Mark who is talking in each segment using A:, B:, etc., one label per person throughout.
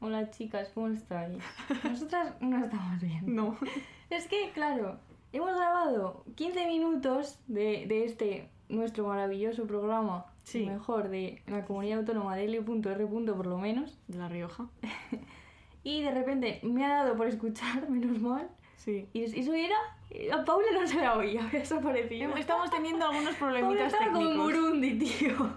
A: Hola chicas, ¿cómo estáis? Nosotras no estamos bien.
B: No.
A: Es que, claro, hemos grabado 15 minutos de, de este nuestro maravilloso programa,
B: Sí.
A: el mejor de la comunidad autónoma de L.R. por lo menos,
B: De La Rioja.
A: y de repente me ha dado por escuchar, menos mal,
B: Sí.
A: y eso era, eh, a Paula no se la oía, había desaparecido.
B: Eh, Estamos teniendo algunos
A: Paula
B: problemitas
A: estaba como en
B: técnicos.
A: Burundi, tío.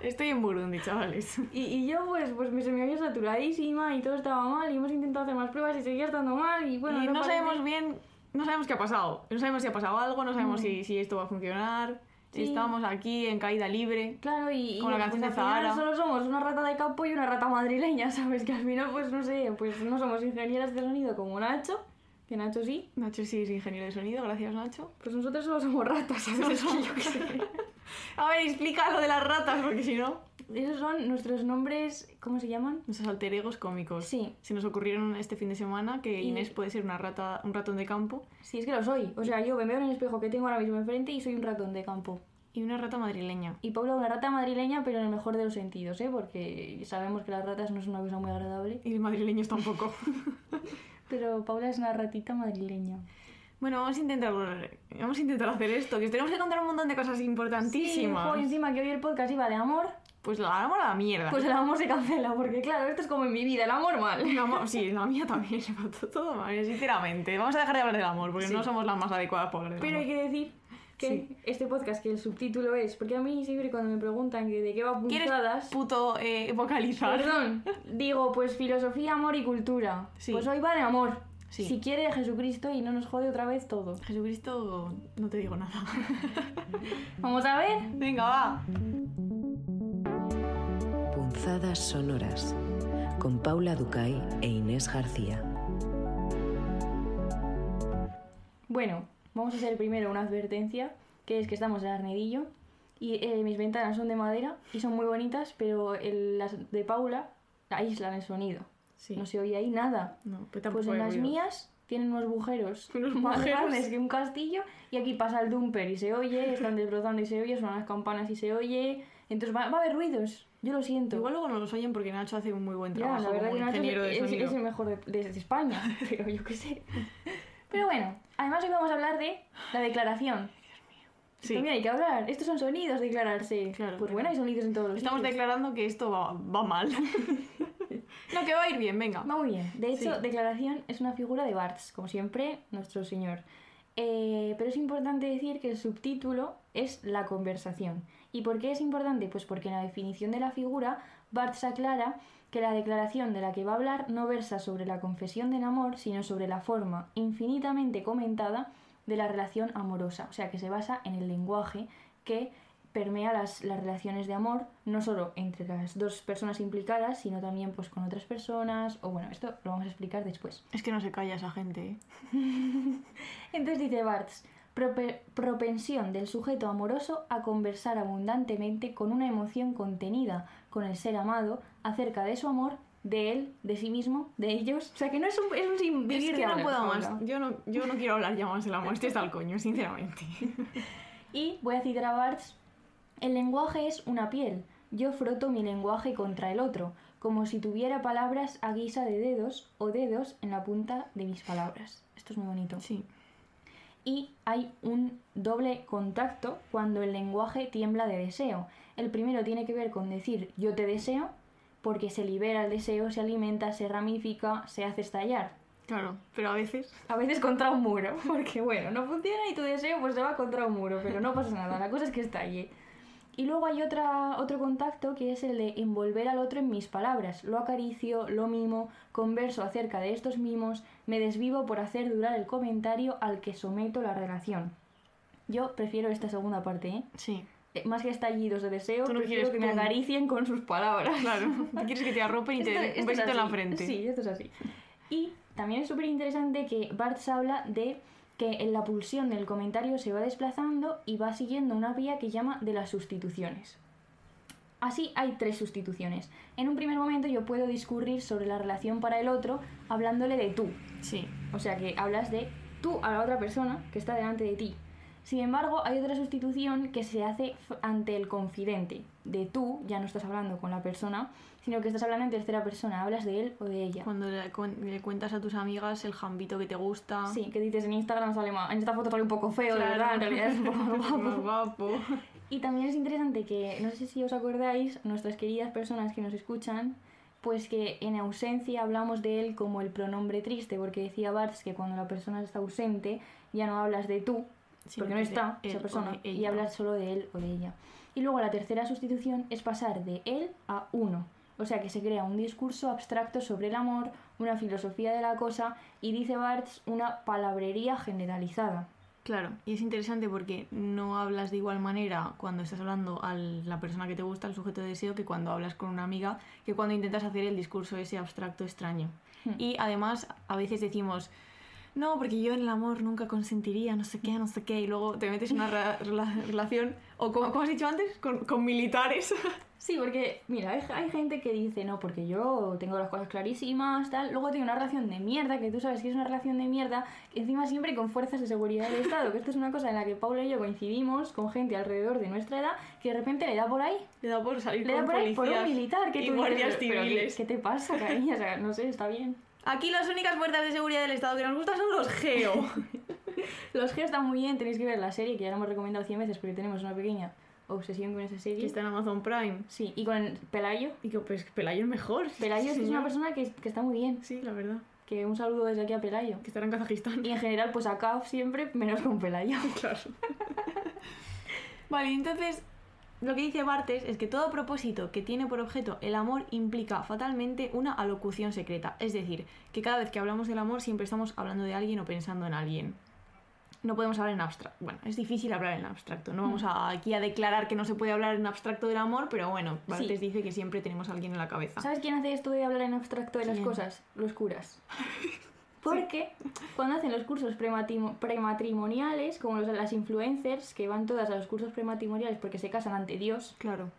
B: Estoy en Burundi, chavales.
A: Y, y yo pues, pues me, se me había saturadísima y todo estaba mal y hemos intentado hacer más pruebas y seguía estando mal y bueno...
B: y no,
A: parece-
B: sabemos bien, no sabemos qué ha pasado. No sabemos si ha pasado algo, no sabemos si, si esto va a funcionar, si
A: Sí.
B: estamos aquí en caída libre.
A: Claro, y, y
B: Como la
A: pues,
B: canción de
A: al final
B: Zahara.
A: solo somos una rata de campo y una rata madrileña, ¿sabes? Que al final pues no sé, pues no somos ingenieras de sonido como Nacho, que Nacho sí,
B: Nacho sí es ingeniero de sonido, gracias Nacho.
A: pues nosotros solo somos ratas, ¿sabes?
B: Yo qué sé. A ver, explica lo de las ratas, porque si no...
A: Esos son nuestros nombres, ¿cómo se llaman?
B: Nuestros alter egos cómicos.
A: Sí.
B: Se nos ocurrieron este fin de semana que
A: Y-
B: Inés puede ser una rata, un ratón de campo
A: Sí, es que lo soy. O sea, yo me veo en el espejo que tengo ahora mismo enfrente y soy un ratón de campo.
B: y una rata madrileña.
A: Y Paula una rata madrileña, pero en el mejor de los sentidos, ¿eh? Porque sabemos que las ratas no es una cosa muy agradable.
B: Y madrileños tampoco.
A: Pero Paula es una ratita madrileña.
B: bueno, vamos a intentar vamos a intentar hacer esto, que os tenemos que contar un montón de cosas importantísimas.
A: Sí, jo, encima que hoy el podcast iba de amor,
B: pues la damos a la mierda.
A: pues el amor se cancela, porque claro, esto es como en mi vida, el amor mal.
B: El amor- sí, la mía también, se faltó todo mal, sinceramente. Vamos a dejar de hablar del amor, porque
A: Sí.
B: no somos las más adecuadas para hablar del
A: Pero hay
B: amor.
A: que decir que
B: Sí.
A: este podcast, que el subtítulo es, porque a mí siempre cuando me preguntan que de qué va
B: ¿Quieres
A: puntadas,
B: puto eh, vocalizar?
A: perdón, digo, pues filosofía, amor y cultura.
B: Sí.
A: Pues hoy va de amor.
B: Sí.
A: Si quiere Jesucristo y no nos jode otra vez todo.
B: Jesucristo, no te digo nada.
A: Vamos a ver.
B: Venga, va.
C: Punzadas Sonoras con Paula Ducay e Inés García.
A: Bueno, vamos a hacer primero una advertencia, que es que estamos en Arnedillo y eh, mis ventanas son de madera y son muy bonitas, pero el- las de Paula aíslan el sonido.
B: Sí.
A: No se oye ahí nada.
B: No, pero tampoco
A: pues en
B: hay
A: las
B: ruido.
A: mías tienen unos agujeros
B: Unos
A: más
B: agujeros.
A: grandes que un castillo y aquí pasa el dumper y se oye, están desbrozando y se oye, suenan las campanas y se oye. Entonces va, va a haber ruidos, yo lo siento.
B: Igual luego no los oyen porque Nacho hace un muy buen
A: Ya,
B: trabajo
A: la verdad
B: como
A: que Nacho
B: ingeniero de
A: es,
B: sonido.
A: es el mejor de, de- de España, pero yo qué sé. Pero bueno, además hoy vamos a hablar de la declaración.
B: Sí.
A: También hay que hablar. Estos son sonidos, declararse.
B: Claro,
A: pues
B: claro.
A: bueno, hay sonidos en todos los
B: Estamos
A: sitios.
B: declarando que esto va, va mal. no, que va a ir bien, venga.
A: Va muy bien. De hecho,
B: Sí.
A: declaración es una figura de Barthes, como siempre, nuestro señor. Eh, pero es importante decir que el subtítulo es la conversación. ¿Y por qué es importante? Pues porque en la definición de la figura, Barthes aclara que la declaración de la que va a hablar no versa sobre la confesión del amor, sino sobre la forma infinitamente comentada de la relación amorosa. O sea, que se basa en el lenguaje que permea las, las relaciones de amor, no solo entre las dos personas implicadas, sino también pues con otras personas, o bueno, esto lo vamos a explicar después.
B: Es que no se calla esa gente, ¿eh?
A: Entonces dice Barthes, "Prope- propensión del sujeto amoroso a conversar abundantemente con una emoción contenida con el ser amado acerca de su amor, de él, de sí mismo, de ellos. O sea que no es un, es un sin vivir
B: es
A: de
B: que no
A: amor,
B: puedo
A: Paula.
B: más. Yo no, yo no quiero hablar ya más del amor. Estoy hasta el coño, sinceramente.
A: Y voy a citar a Barthes, el lenguaje es una piel, yo froto mi lenguaje contra el otro, como si tuviera palabras a guisa de dedos o dedos en la punta de mis palabras. Esto es muy bonito.
B: Sí.
A: Y hay un doble contacto cuando el lenguaje tiembla de deseo. El primero tiene que ver con decir yo te deseo, porque se libera el deseo, se alimenta, se ramifica, se hace estallar.
B: Claro, pero a veces...
A: A veces contra un muro, porque bueno, no funciona y tu deseo pues se va contra un muro, pero no pasa nada, la cosa es que está allí. Y luego hay otra, otro contacto que es el de envolver al otro en mis palabras. Lo acaricio, lo mimo, converso acerca de estos mimos, me desvivo por hacer durar el comentario al que someto la relación. Yo prefiero esta segunda parte, ¿eh?
B: Sí.
A: Eh, Más que estallidos de deseo,
B: Tú no
A: prefiero
B: quieres
A: que me
B: pum.
A: acaricien con sus palabras.
B: Claro. Tú quieres que te arropen y te
A: Esto-
B: den
A: esto
B: un
A: es
B: besito en la
A: así.
B: frente.
A: Sí, esto es así. Y también es súper interesante que Barthes habla de que en la pulsión del comentario se va desplazando y va siguiendo una vía que llama de las sustituciones. Así hay tres sustituciones. En un primer momento yo puedo discurrir sobre la relación para el otro hablándole de tú.
B: Sí.
A: O sea que hablas de tú a la otra persona que está delante de ti. Sin embargo, hay otra sustitución que se hace f- ante el confidente. De tú, ya no estás hablando con la persona, sino que estás hablando en tercera persona, hablas de él o de ella.
B: Cuando le, cuen- le cuentas a tus amigas el jambito que te gusta.
A: Sí, que dices en Instagram sale ma- en esta foto sale un poco feo, de
B: Claro.
A: verdad, en realidad es un poco más
B: Más
A: guapo.
B: guapo.
A: Y también es interesante que, no sé si os acordáis, nuestras queridas personas que nos escuchan, pues que en ausencia hablamos de él como el pronombre triste, porque decía Barthes que cuando la persona está ausente ya no hablas de tú,
B: Sino
A: porque
B: que
A: no
B: de
A: está
B: él
A: esa
B: o
A: persona,
B: de
A: y
B: ella.
A: hablas solo de él o de ella. Y luego la tercera sustitución es pasar de él a uno. O sea que se crea un discurso abstracto sobre el amor, una filosofía de la cosa y dice Barthes una palabrería generalizada.
B: Claro, y es interesante porque no hablas de igual manera cuando estás hablando a la persona que te gusta, al sujeto de deseo, que cuando hablas con una amiga, que cuando intentas hacer el discurso ese abstracto extraño.
A: Hmm.
B: Y además, a veces decimos, no, porque yo en el amor nunca consentiría, no sé qué, no sé qué, y luego te metes en una ra- rela- relación, o como, como has dicho antes, con, con militares.
A: Sí, porque, mira, hay, hay gente que dice, no, porque yo tengo las cosas clarísimas, tal. Luego tiene una relación de mierda, que tú sabes que es una relación de mierda, encima siempre con fuerzas de seguridad del Estado, que esto es una cosa en la que Paula y yo coincidimos con gente alrededor de nuestra edad, que de repente le da por ahí.
B: Le da por salir
A: Le da
B: con
A: por ahí por un
B: policías
A: militar que
B: y
A: tú dices,
B: guardias
A: "Pero, pero, ¿qué-
B: civiles.
A: ¿Qué te pasa, cariño? O sea, no sé, está bien.
B: Aquí las únicas fuerzas de seguridad del Estado que nos gustan son los GEO.
A: Los G están muy bien, tenéis que ver la serie, que ya la hemos recomendado 100 veces porque tenemos una pequeña obsesión con esa
B: que
A: serie.
B: está en Amazon Prime.
A: Sí, y con Pelayo.
B: Y que pues, Pelayo es mejor.
A: Pelayo es que es
B: señor.
A: una persona que, que está muy bien.
B: Sí, la verdad.
A: Que un saludo desde aquí a Pelayo.
B: Que estará en Kazajistán.
A: Y en general, pues a Kauf siempre, menos con Pelayo.
B: Claro. vale, entonces lo que dice Bartes es que todo propósito que tiene por objeto el amor implica fatalmente una alocución secreta. Es decir, que cada vez que hablamos del amor siempre estamos hablando de alguien o pensando en alguien. No podemos hablar en abstracto. Bueno, es difícil hablar en abstracto. No
A: Mm.
B: vamos a- aquí a declarar que no se puede hablar en abstracto del amor, pero bueno, Bartes dice que siempre tenemos a alguien en la cabeza.
A: ¿Sabes quién hace esto de hablar en abstracto de las
B: Ah. ¿Quién?
A: cosas? Los curas. Porque cuando hacen los cursos prematimo- prematrimoniales, como los, las influencers, que van todas a los cursos prematrimoniales porque se casan ante Dios,
B: Claro.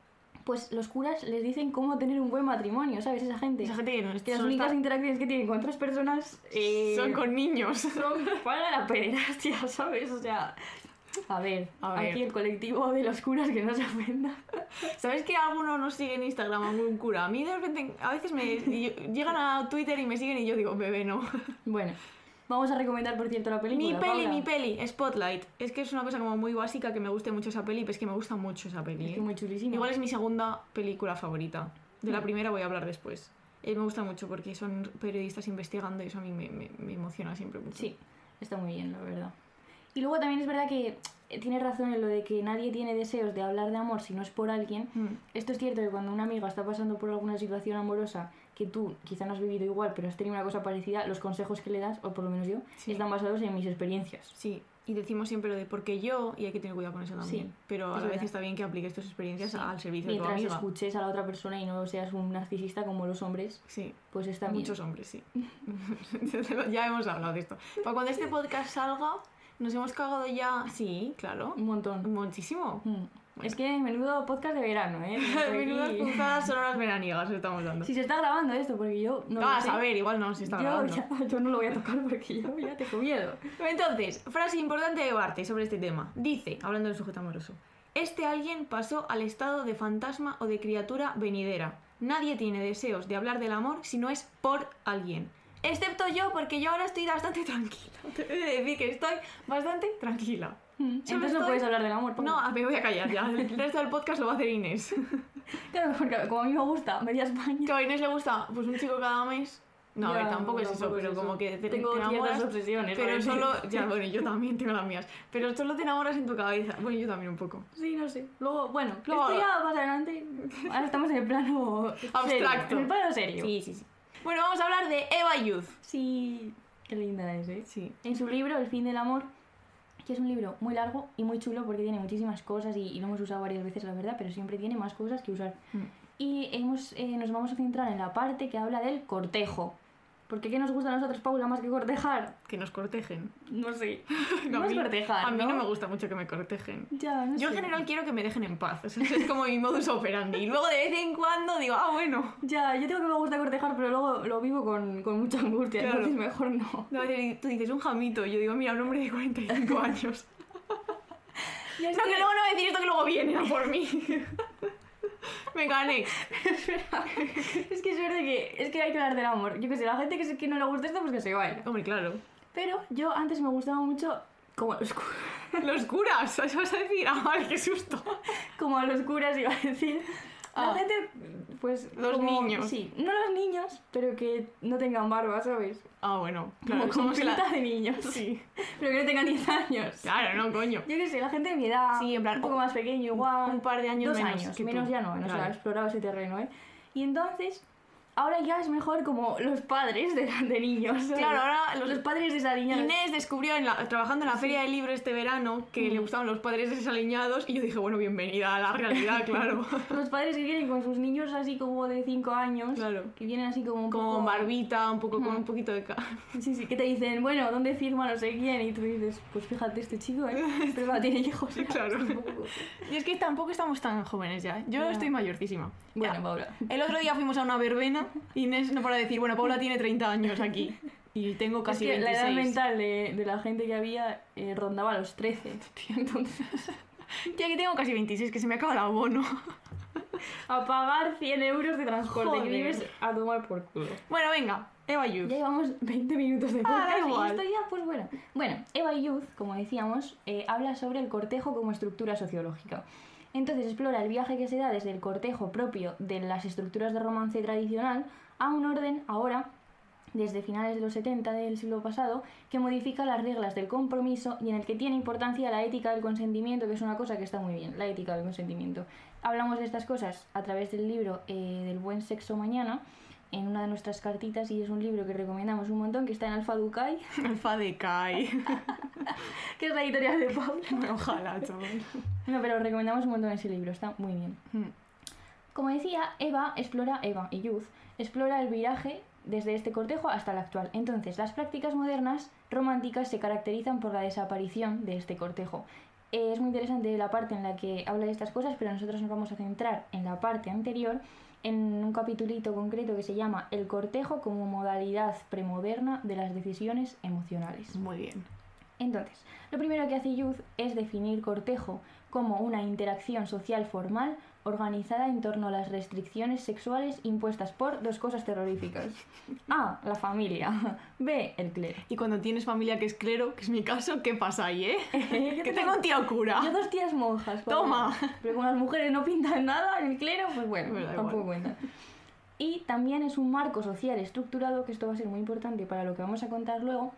A: pues los curas les dicen cómo tener un buen matrimonio, ¿sabes? Esa gente.
B: Esa gente que no es
A: que las únicas interacciones que tienen con otras personas eh,
B: son con niños.
A: son para la pederastia, ¿sabes? O sea, a ver,
B: A ver.
A: aquí el colectivo de los curas que no se ofenda.
B: ¿Sabes que alguno nos sigue en Instagram, algún cura? A mí de repente, a veces me y yo- llegan a Twitter y me siguen y yo digo, bebé, no.
A: Bueno, vamos a recomendar, por cierto, la
B: Mi
A: película.
B: peli,
A: Paula.
B: mi peli, Spotlight. Es que es una cosa como muy básica que me guste mucho esa peli, pero es que me gusta mucho esa peli.
A: Es
B: ¿eh?
A: que muy chulísima.
B: Igual es mi segunda película favorita. De la
A: Mm.
B: primera voy a hablar después. Eh, me gusta mucho porque son periodistas investigando y eso a mí me, me- me emociona siempre mucho.
A: Sí, está muy bien, la verdad. Y luego también es verdad que eh, tiene razón en lo de que nadie tiene deseos de hablar de amor si no es por alguien.
B: Mm.
A: Esto es cierto que cuando una amiga está pasando por alguna situación amorosa que tú quizá no has vivido igual, pero has tenido una cosa parecida, los consejos que le das, o por lo menos yo,
B: Sí.
A: están basados en mis experiencias.
B: Sí, y decimos siempre lo de porque yo, y hay que tener cuidado con eso también.
A: Sí,
B: pero
A: es
B: a la vez
A: verdad.
B: está bien que apliques tus experiencias
A: Sí.
B: al servicio de
A: Mientras
B: tu amiga.
A: escuches a la otra persona y no seas un narcisista como los hombres,
B: Sí.
A: pues está bien.
B: Muchos hombres, sí. ya hemos hablado de esto. Para cuando este podcast salga, nos hemos cagado ya. Sí, claro.
A: Un montón.
B: Muchísimo.
A: Mm. Es que menudo podcast de verano, ¿eh?
B: Menudas
A: Aquí-
B: punzadas sonoras veraniegas estamos dando.
A: Si se está grabando esto, porque yo no
B: Ah,
A: lo
B: a
A: sé.
B: saber, igual no se está
A: yo,
B: grabando.
A: ya- yo no lo voy a tocar porque yo ya tengo miedo.
B: Entonces, frase importante de Barte sobre este tema. Dice, hablando del sujeto amoroso, este alguien pasó al estado de fantasma o de criatura venidera. Nadie tiene deseos de hablar del amor si no es por alguien. Excepto yo, porque yo ahora estoy bastante tranquila. Te he de decir que estoy bastante tranquila.
A: Mm,
B: Solo
A: Entonces no
B: estoy-
A: puedes hablar del amor. Paula.
B: No, a- me voy a callar ya. El resto del podcast lo va a hacer Inés.
A: Claro, porque como a mí me gusta media España.
B: Que a Inés le gusta, pues un chico cada mes. No, a
A: Ya,
B: ver, tampoco es eso,
A: tampoco
B: pero
A: es
B: como que te,
A: Tengo
B: te
A: ciertas
B: enamoras.
A: obsesiones.
B: Pero
A: parece.
B: solo, ya, bueno, yo también tengo las mías. Pero solo te enamoras en tu cabeza. Bueno, yo también un poco.
A: Sí, no sé. Luego, bueno,
B: Luego-
A: esto ya más adelante. Ahora estamos en el plano serio,
B: Abstracto.
A: En el plano serio.
B: sí, sí. Bueno, vamos a hablar de Eva Youth.
A: Sí, Qué linda es, ¿eh?
B: Sí.
A: En su libro El fin del amor, que es un libro muy largo y muy chulo porque tiene muchísimas cosas y, y lo hemos usado varias veces, la verdad, pero siempre tiene más cosas que usar. Y hemos, eh, nos vamos a centrar en la parte que habla del cortejo. Porque ¿qué nos gusta a nosotros, Paula, más que cortejar?
B: Que nos cortejen.
A: No sé.
B: No,
A: No,
B: a
A: es
B: mí-
A: cortejar.
B: A mí no me gusta mucho que me cortejen.
A: Ya, no
B: Yo en
A: sé.
B: general quiero que me dejen en paz. O sea, ese es como mi modus operandi. Y luego de vez en cuando digo, ah, bueno.
A: Ya, yo tengo que me gusta cortejar, pero luego lo vivo con, con mucha angustia,
B: Claro.
A: entonces mejor no.
B: No, y tú dices un jamito. Yo digo, mira, un hombre de 45 años.
A: Yo es
B: No,
A: que-
B: que luego no voy a decir esto que luego viene a por mí. Venga, Alex.
A: es que es verdad que es que hay que hablar del amor. Yo que sé, la gente que, se- que no le gusta esto, pues que se vaya.
B: Hombre, claro.
A: Pero yo antes me gustaba mucho como a los, cu-
B: Los curas, eso vas a decir. Ah, vale, qué susto.
A: como a los curas, iba a decir.
B: Ah.
A: La gente, pues...
B: Los
A: como-
B: niños.
A: Sí, no los niños, pero que no tengan barba, ¿sabes?
B: Ah, bueno.
A: Como
B: Claro,
A: con
B: somos la-
A: pinta de niños.
B: Sí.
A: Pero que no tengan 10 años.
B: Claro, no, coño.
A: Yo qué sé, la gente de mi edad,
B: Sí, en plan,
A: un poco
B: un-
A: más pequeño, igual.
B: un par de años
A: dos
B: menos
A: años,
B: que tú.
A: menos ya no, no se
B: Claro.
A: ha explorado ese terreno, ¿eh? Y entonces, ahora ya es mejor como los padres de, de niños. ¿sabes?
B: Claro, ahora los-
A: los, padres de esa niña.
B: Inés descubrió en la- trabajando en la feria del libro este verano que le gustaban los padres desaliñados y yo dije, bueno, bienvenida a la realidad, claro.
A: Los padres que vienen con sus niños así como de 5 años,
B: Claro. Mm.
A: que vienen así como un
B: Como
A: poco...
B: con barbita, un poco con un poquito de... ca-
A: Sí, sí, que te dicen, bueno, ¿dónde firma no sé quién? Y tú dices, pues fíjate este chico, ¿eh? Pero claro, tiene hijos. ¿sabes?
B: Claro.
A: Es un poco-
B: Y es que tampoco estamos tan jóvenes ya. Yo
A: Ya.
B: estoy mayorcísima.
A: Bueno,
B: Ya.
A: Paula.
B: El otro día fuimos a una verbena y Inés no para de decir, bueno, Paula tiene 30 años aquí y tengo casi
A: es que
B: 26.
A: la edad mental de, de la gente que había eh, rondaba los 13. Entonces,
B: Tía, que tengo casi 26, que se me acaba el abono.
A: a pagar 100 euros de transporte
B: Joder.
A: que vives a tomar por culo.
B: Bueno, venga, Eva
A: Ya
B: Youth.
A: llevamos 20 minutos de
B: Ah, da
A: podcast
B: igual.
A: y esto ya, pues bueno. Bueno, Eva Youth, como decíamos, eh, habla sobre el cortejo como estructura sociológica. Entonces explora el viaje que se da desde el cortejo propio de las estructuras de romance tradicional a un orden ahora desde finales de los 70 del siglo pasado, que modifica las reglas del compromiso y en el que tiene importancia la ética del consentimiento, que es una cosa que está muy bien, la ética del consentimiento. Hablamos de estas cosas a través del libro eh, del buen sexo mañana, en una de nuestras cartitas, y es un libro que recomendamos un montón, que está en Alfa Ducay,
B: Alfa de Kai.
A: que es la editorial de Pablo.
B: Ojalá, chaval.
A: No, pero recomendamos un montón ese libro, está muy bien. Como decía, Eva explora, Eva y Youth, explora el viraje desde este cortejo hasta el actual. Entonces, las prácticas modernas románticas se caracterizan por la desaparición de este cortejo. Eh, Es muy interesante la parte en la que habla de estas cosas, pero nosotros nos vamos a centrar en la parte anterior, en un capitulito concreto que se llama El cortejo como modalidad premoderna de las decisiones emocionales.
B: Muy bien.
A: Entonces, lo primero que hace Youth es definir cortejo como una interacción social formal organizada en torno a las restricciones sexuales impuestas por dos cosas terroríficas. A. La familia. B. El clero.
B: Y cuando tienes familia que es clero, que es mi caso, ¿qué pasa ahí, eh?
A: Yo
B: que
A: tengo-
B: tengo un tío cura.
A: Yo dos tías monjas. Pablo.
B: Ah. Toma.
A: Pero como las mujeres no pintan nada en el clero, pues bueno,
B: Me da
A: tampoco
B: igual.
A: cuenta. Y también es un marco social estructurado, que esto va a ser muy importante para lo que vamos a contar luego,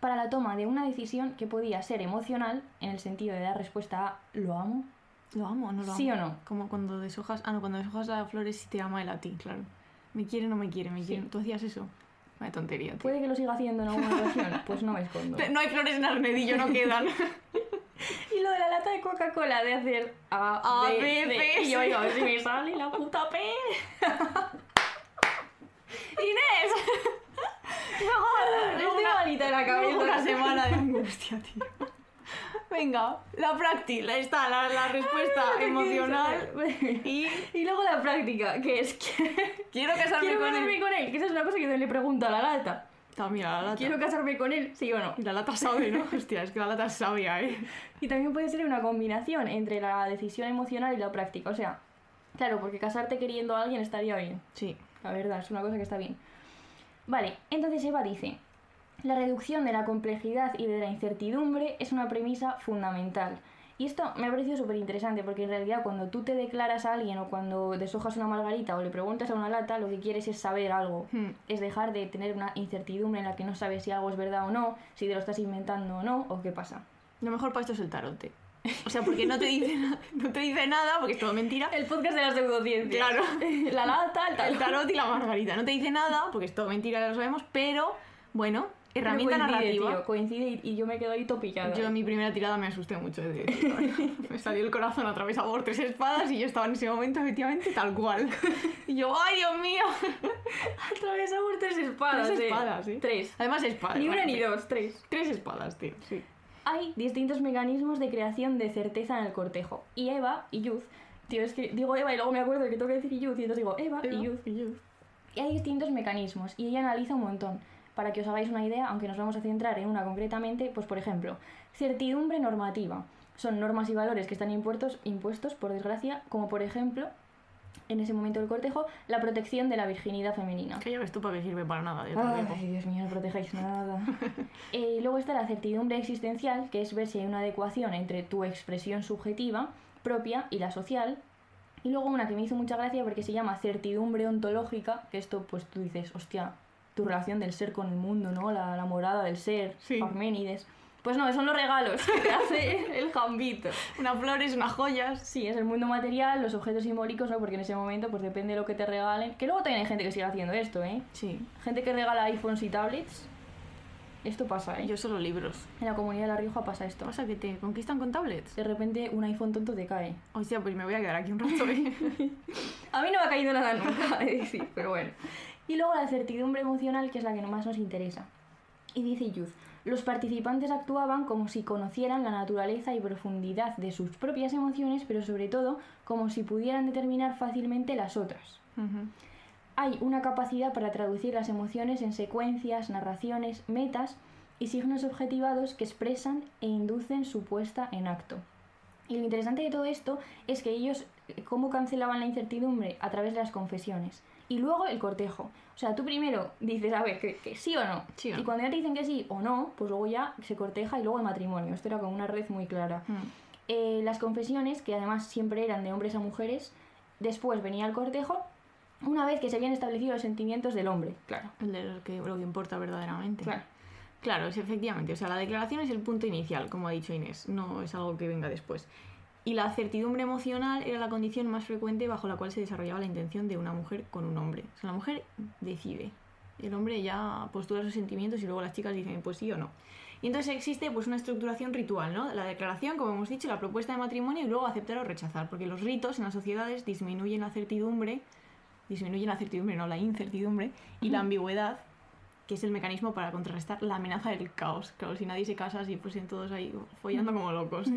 A: para la toma de una decisión que podía ser emocional, en el sentido de dar respuesta a lo amo,
B: ¿Lo amo o no lo amo?
A: sí o no.
B: Como cuando deshojas... Ah, no, cuando deshojas las flores si te ama el a ti, claro. ¿Me quiere o no me quiere? ¿Me quiere? ¿Tú hacías eso? Vaya tontería, tío.
A: Puede que lo siga haciendo en alguna ocasión, pues no me escondo.
B: No hay flores en Arnedillo, no quedan.
A: Y lo de la lata de Coca-Cola, de hacer A,
B: A,
A: B,
B: B,
A: C.
B: C,
A: Y yo,
B: sí.
A: yo, si me sale la puta P.
B: ¡Inés! Luego,
A: Estoy malita de la cabeza.
B: una semana de angustia, tío. Venga, la práctica, está la, la respuesta emocional. Y
A: Y luego la práctica, que es que
B: quiero casarme
A: quiero
B: con
A: casarme
B: él.
A: con él, que esa es una cosa que yo le pregunto a la lata.
B: También la lata.
A: ¿Quiero casarme con él? Sí o no.
B: La lata sabe, ¿no? Hostia, es que la lata es sabia, ¿eh?
A: Y también puede ser una combinación entre la decisión emocional y la práctica. O sea, claro, porque casarte queriendo a alguien estaría bien.
B: Sí.
A: La verdad, es una cosa que está bien. Vale, entonces Eva dice, la reducción de la complejidad y de la incertidumbre es una premisa fundamental. Y esto me ha parecido súper interesante porque en realidad cuando tú te declaras a alguien o cuando deshojas una margarita o le preguntas a una lata, lo que quieres es saber algo.
B: Hmm.
A: Es dejar de tener una incertidumbre en la que no sabes si algo es verdad o no, si te lo estás inventando o no, o qué pasa.
B: Lo mejor para esto es el tarote. O sea, porque no te dice, na- no te dice nada, porque es todo mentira.
A: El podcast de las pseudociencias.
B: Claro.
A: la lata, el
B: El
A: tarot.
B: tarot y la margarita. No te dice nada, porque es todo mentira, ya lo sabemos, pero bueno, herramienta
A: Pero coincide,
B: narrativa.
A: tío, coincide y, y yo me quedo ahí topillada.
B: Yo en mi primera tirada me asusté mucho. he de decir. me salió el corazón atravesado por tres espadas y yo estaba en ese momento efectivamente tal cual. Y yo, ¡ay, Dios mío!
A: Atravesamos tres espadas.
B: Tres
A: eh.
B: espadas, ¿eh?
A: Tres.
B: Además espadas.
A: Ni una
B: bueno,
A: ni
B: tío.
A: dos, tres.
B: Tres espadas, tío. Sí.
A: Hay distintos mecanismos de creación de certeza en el cortejo. Y Eva y Youth. Tío, es que digo Eva y luego me acuerdo que tengo que decir Youth y entonces digo
B: Ah,
A: Eva, y Youth. Y hay distintos mecanismos y ella analiza un montón. Para que os hagáis una idea, aunque nos vamos a centrar en una concretamente, pues por ejemplo, certidumbre normativa. son normas y valores que están impuestos, impuestos, por desgracia, como por ejemplo, en ese momento del cortejo, la protección de la virginidad femenina.
B: Que ya ves tú para qué sirve para nada. yo te lo digo.
A: Ay, Dios mío, no protejáis nada. Eh, luego está la certidumbre existencial, que es ver si hay una adecuación entre tu expresión subjetiva propia y la social. Y luego una que me hizo mucha gracia porque se llama certidumbre ontológica, que esto pues tú dices, hostia, tu relación del ser con el mundo, ¿no? La, la morada del ser,
B: Sí.
A: Parménides. Pues no, son los regalos que te hace el jambito.
B: Unas flores, unas joyas.
A: Sí, es el mundo material, los objetos simbólicos, ¿no? Porque en ese momento, pues depende de lo que te regalen. Que luego también hay gente que sigue haciendo esto, ¿eh?
B: Sí.
A: Gente que regala iPhones y tablets. Esto pasa, ¿eh?
B: Yo solo libros.
A: En la comunidad de La Rioja pasa esto.
B: pasa? ¿Que te conquistan con tablets?
A: De repente un iPhone tonto te cae.
B: O sea, pues me voy a quedar aquí un rato. ¿eh?
A: A mí no me ha caído nada nunca, he de decir, pero bueno. Y luego la certidumbre emocional, que es la que más nos interesa. Y dice Youth, los participantes actuaban como si conocieran la naturaleza y profundidad de sus propias emociones, pero sobre todo como si pudieran determinar fácilmente las otras.
B: Ujú.
A: Hay una capacidad para traducir las emociones en secuencias, narraciones, metas y signos objetivados que expresan e inducen su puesta en acto. Y lo interesante de todo esto es que ellos eh, cómo cancelaban la incertidumbre a través de las confesiones. Y luego el cortejo. O sea, tú primero dices, a ver, que, que sí o no.
B: Sí o
A: y
B: no.
A: cuando ya te dicen que sí o no, pues luego ya se corteja y luego el matrimonio. Esto era como una red muy clara.
B: Mm.
A: Eh, las confesiones, que además siempre eran de hombres a mujeres, después venía el cortejo, una vez que se habían establecido los sentimientos del hombre. Claro.
B: El de lo que, lo que importa verdaderamente.
A: Claro.
B: Claro, es efectivamente. O sea, la declaración es el punto inicial, como ha dicho Inés, no es algo que venga después. Y la certidumbre emocional era la condición más frecuente bajo la cual se desarrollaba la intención de una mujer con un hombre. O sea, la mujer decide. El hombre ya postula sus sentimientos y luego las chicas dicen pues sí o no. Y entonces existe pues una estructuración ritual, ¿no? La declaración, como hemos dicho, la propuesta de matrimonio y luego aceptar o rechazar, porque los ritos en las sociedades disminuyen la certidumbre, disminuyen la certidumbre, no la incertidumbre, y la ambigüedad, que es el mecanismo para contrarrestar la amenaza del caos. Claro, si nadie se casa, así pues en todos ahí follando como locos.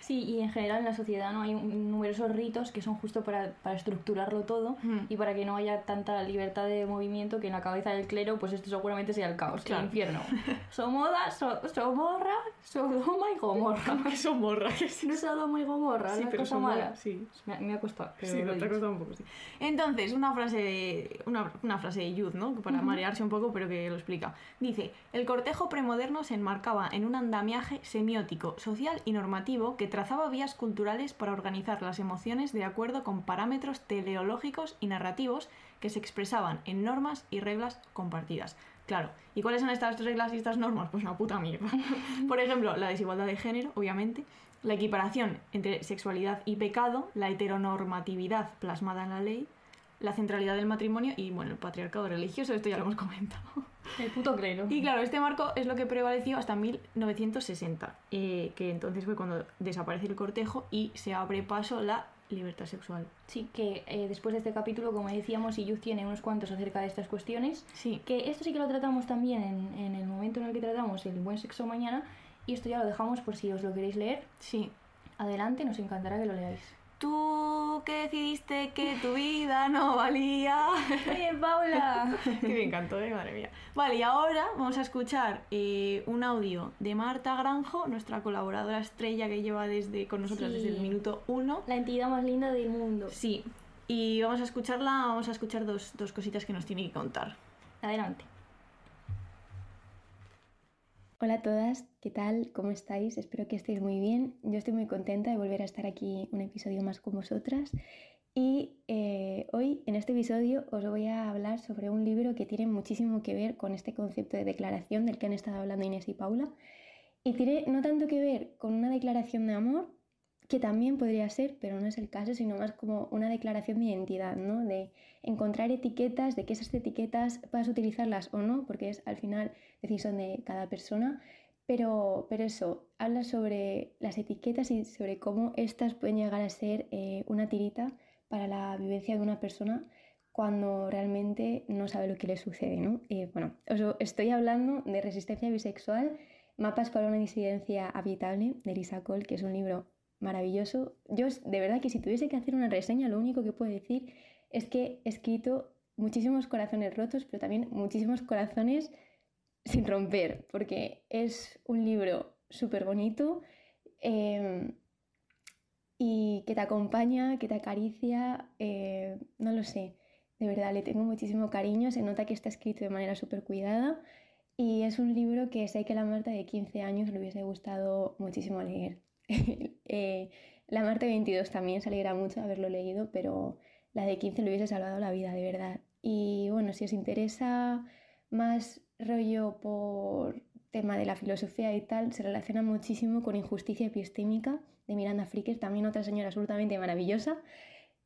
A: Sí, y en general en la sociedad no hay un- numerosos ritos que son justo para, para estructurarlo todo
B: Mm.
A: y para que no haya tanta libertad de movimiento que en la cabeza del clero, pues esto seguramente sea el caos,
B: Claro.
A: el infierno. Somoda, so- Somorra, Sodoma y Gomorra.
B: que son morras.
A: No es Sodoma y Gomorra,
B: Sí,
A: las
B: pero
A: cosas
B: son
A: malas.
B: morras, sí.
A: Me, me ha costado, pero
B: Sí,
A: lo he
B: lo te ha
A: dicho.
B: costado un poco, sí. Entonces, una frase de, una, una frase de Youth, ¿no? Para marearse un poco, pero que lo explica. Dice, el cortejo premoderno se enmarcaba en un andamiaje semiótico, social y normativo que trazaba vías culturales para organizar las emociones de acuerdo con parámetros teleológicos y narrativos que se expresaban en normas y reglas compartidas. Claro, ¿y cuáles son estas reglas y estas normas? Pues una puta mierda. Por ejemplo, la desigualdad de género, obviamente, la equiparación entre sexualidad y pecado, la heteronormatividad plasmada en la ley, la centralidad del matrimonio y, bueno, el patriarcado religioso, esto ya lo hemos comentado.
A: El puto clero.
B: Y claro, este marco es lo que prevaleció hasta 1960, eh, que entonces fue cuando desaparece el cortejo y se abre paso la libertad sexual.
A: Sí, que eh, después de este capítulo, como decíamos, Iyuz tiene unos cuantos acerca de estas cuestiones.
B: Sí,
A: Que esto sí que lo tratamos también en, en el momento en el que tratamos el buen sexo mañana. Y esto ya lo dejamos por si os lo queréis leer.
B: sí.
A: Adelante, nos encantará que lo leáis.
B: Tú que decidiste que tu vida no valía.
A: ¡Oye, Paula!
B: que me encantó, ¿eh? madre mía. Vale, y ahora vamos a escuchar eh, un audio de Marta Granjo, nuestra colaboradora estrella que lleva desde con nosotras
A: Sí.
B: desde el minuto uno.
A: La entidad más linda del mundo.
B: Sí, y vamos a escucharla, vamos a escuchar dos, dos cositas que nos tiene que contar.
A: Adelante.
D: Hola a todas, ¿qué tal? ¿Cómo estáis? Espero que estéis muy bien. Yo estoy muy contenta de volver a estar aquí un episodio más con vosotras. Y eh, hoy, en este episodio, os voy a hablar sobre un libro que tiene muchísimo que ver con este concepto de declaración del que han estado hablando Inés y Paula. Y tiene no tanto que ver con una declaración de amor, que también podría ser, pero no es el caso, sino más como una declaración de identidad, ¿no? De encontrar etiquetas, de que esas etiquetas puedas utilizarlas o no, porque es al final decisión de cada persona, pero, pero eso, habla sobre las etiquetas y sobre cómo estas pueden llegar a ser eh, una tirita para la vivencia de una persona cuando realmente no sabe lo que le sucede, ¿no? Eh, bueno, os lo- estoy hablando de Resistencia Bisexual, Mapas para una disidencia habitable, de Lisa Cole, que es un libro maravilloso. Yo, es- de verdad, que si tuviese que hacer una reseña, lo único que puedo decir es que he escrito muchísimos corazones rotos, pero también muchísimos corazones sin romper, porque es un libro súper bonito, eh, y que te acompaña, que te acaricia, eh, no lo sé. De verdad, le tengo muchísimo cariño, se nota que está escrito de manera súper cuidada y es un libro que sé que a la Marta de 15 años le hubiese gustado muchísimo leer. eh, la Marta de 22 también se alegra mucho de haberlo leído, pero la de 15 le hubiese salvado la vida, de verdad. Y bueno, si os interesa más rollo por tema de la filosofía y tal, se relaciona muchísimo con Injusticia epistémica de Miranda Fricker, también otra señora absolutamente maravillosa.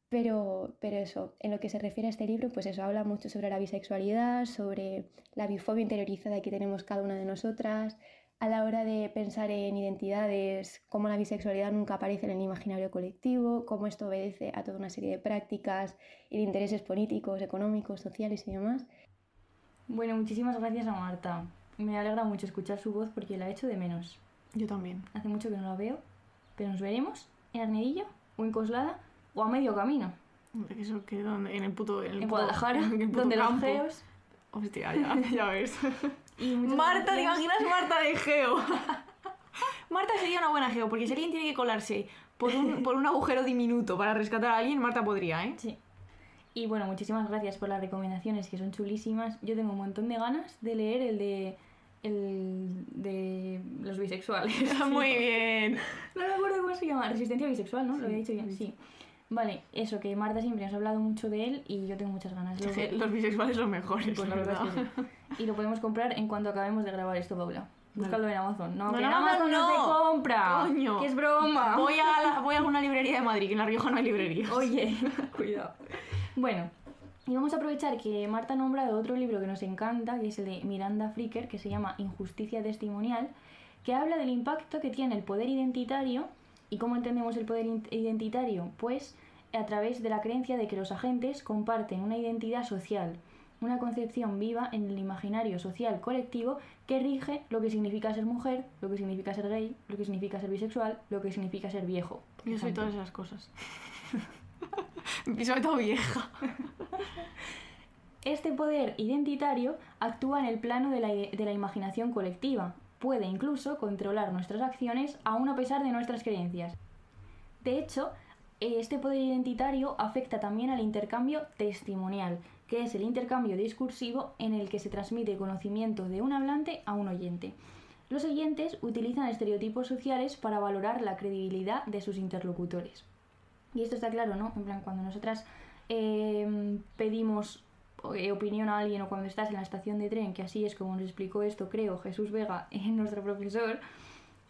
D: Pero, pero eso, en lo que se refiere a este libro, pues eso habla mucho sobre la bisexualidad, sobre la bifobia interiorizada que tenemos cada una de nosotras, a la hora de pensar en identidades, cómo la bisexualidad nunca aparece en el imaginario colectivo, cómo esto obedece a toda una serie de prácticas y de intereses políticos, económicos, sociales y demás.
A: Bueno, muchísimas gracias a Marta. Me alegra mucho escuchar su voz porque la echo de menos.
B: Yo también.
A: Hace mucho que no la veo, pero nos veremos en Arnedillo o en Coslada o a medio camino.
B: Eso que donde- en el puto. En, el
A: En
B: puto-
A: Guadalajara,
B: en el puto
A: donde los
B: campo.
A: geos.
B: Hostia, ya, ya ves.
A: Y muchas
B: Marta, ¿te
A: gracias.
B: imaginas Marta de Geo? Marta sería una buena Geo, porque si alguien tiene que colarse por un, por un agujero diminuto para rescatar a alguien, Marta podría, ¿eh?
A: Sí. Y bueno, muchísimas gracias por las recomendaciones que son chulísimas. Yo tengo un montón de ganas de leer el de el de los bisexuales.
B: Muy bien.
A: No me acuerdo cómo se llama. Resistencia bisexual, ¿no? Lo había dicho bien. Sí. Vale, eso que Marta siempre nos ha hablado mucho de él y yo tengo muchas ganas. Lo-
B: Los bisexuales son mejores,
A: pues la
B: la
A: verdad
B: verdad.
A: es que sí. Y lo podemos comprar en cuanto acabemos de grabar esto, Paula. Búscalo en Amazon. No,
B: No,
A: que
B: no,
A: en
B: no,
A: Amazon no,
B: no.
A: se compra.
B: Coño.
A: Ah, Que es broma.
B: Voy a, la- voy a alguna librería de Madrid, que en La Rioja no hay librerías.
A: Oye, cuidado. Bueno, y vamos a aprovechar que Marta ha nombrado otro libro que nos encanta, que es el de Miranda Fricker, que se llama Injusticia Testimonial, que habla del impacto que tiene el poder identitario y cómo entendemos el poder in- identitario, pues a través de la creencia de que los agentes comparten una identidad social, una concepción viva en el imaginario social colectivo que rige lo que significa ser mujer, lo que significa ser gay, lo que significa ser bisexual, lo que significa ser viejo. por
B: Yo soy
A: ejemplo.
B: todas esas cosas. Sobre todo vieja.
A: Este poder identitario actúa en el plano de la, de la imaginación colectiva. Puede incluso controlar nuestras acciones aún a pesar de nuestras creencias. De hecho, eh, este poder identitario afecta también al intercambio testimonial, que es el intercambio discursivo en el que se transmite conocimiento de un hablante a un oyente. Los oyentes utilizan estereotipos sociales para valorar la credibilidad de sus interlocutores. Y esto está claro, ¿no? En plan, cuando nosotras eh, pedimos eh, opinión a alguien o cuando estás en la estación de tren, que así es como nos explicó esto, creo, Jesús Vega, eh, nuestro profesor,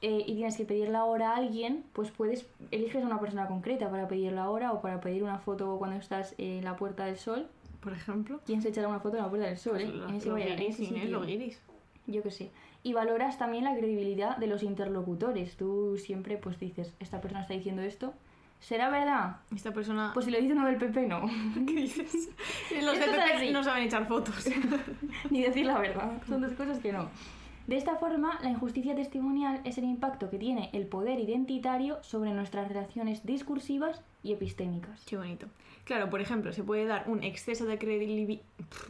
A: eh, y tienes que pedir la hora a alguien, pues puedes, eliges a una persona concreta para pedir la hora o para pedir una foto cuando estás en la Puerta del Sol.
B: Por ejemplo.
A: ¿Quién se echará una foto en la Puerta del Sol? eh?
B: Pues Lo-
A: En ese
B: lo
A: valle, en
B: guiris,
A: ese
B: Inés,
A: sitio.
B: lo guiris.
A: Yo qué sé. Y valoras también la credibilidad de los interlocutores. Tú siempre pues dices, esta persona está diciendo esto. ¿Será verdad?
B: Esta persona...
A: Pues si lo dice uno del PP, no.
B: ¿Qué dices? Los de
A: Esto es
B: PP
A: así.
B: no saben echar fotos.
A: Ni decir la verdad. Son dos cosas que no. De esta forma, la injusticia testimonial es el impacto que tiene el poder identitario sobre nuestras relaciones discursivas y epistémicas.
B: Qué bonito. Claro, por ejemplo, se puede dar un exceso de credibilidad.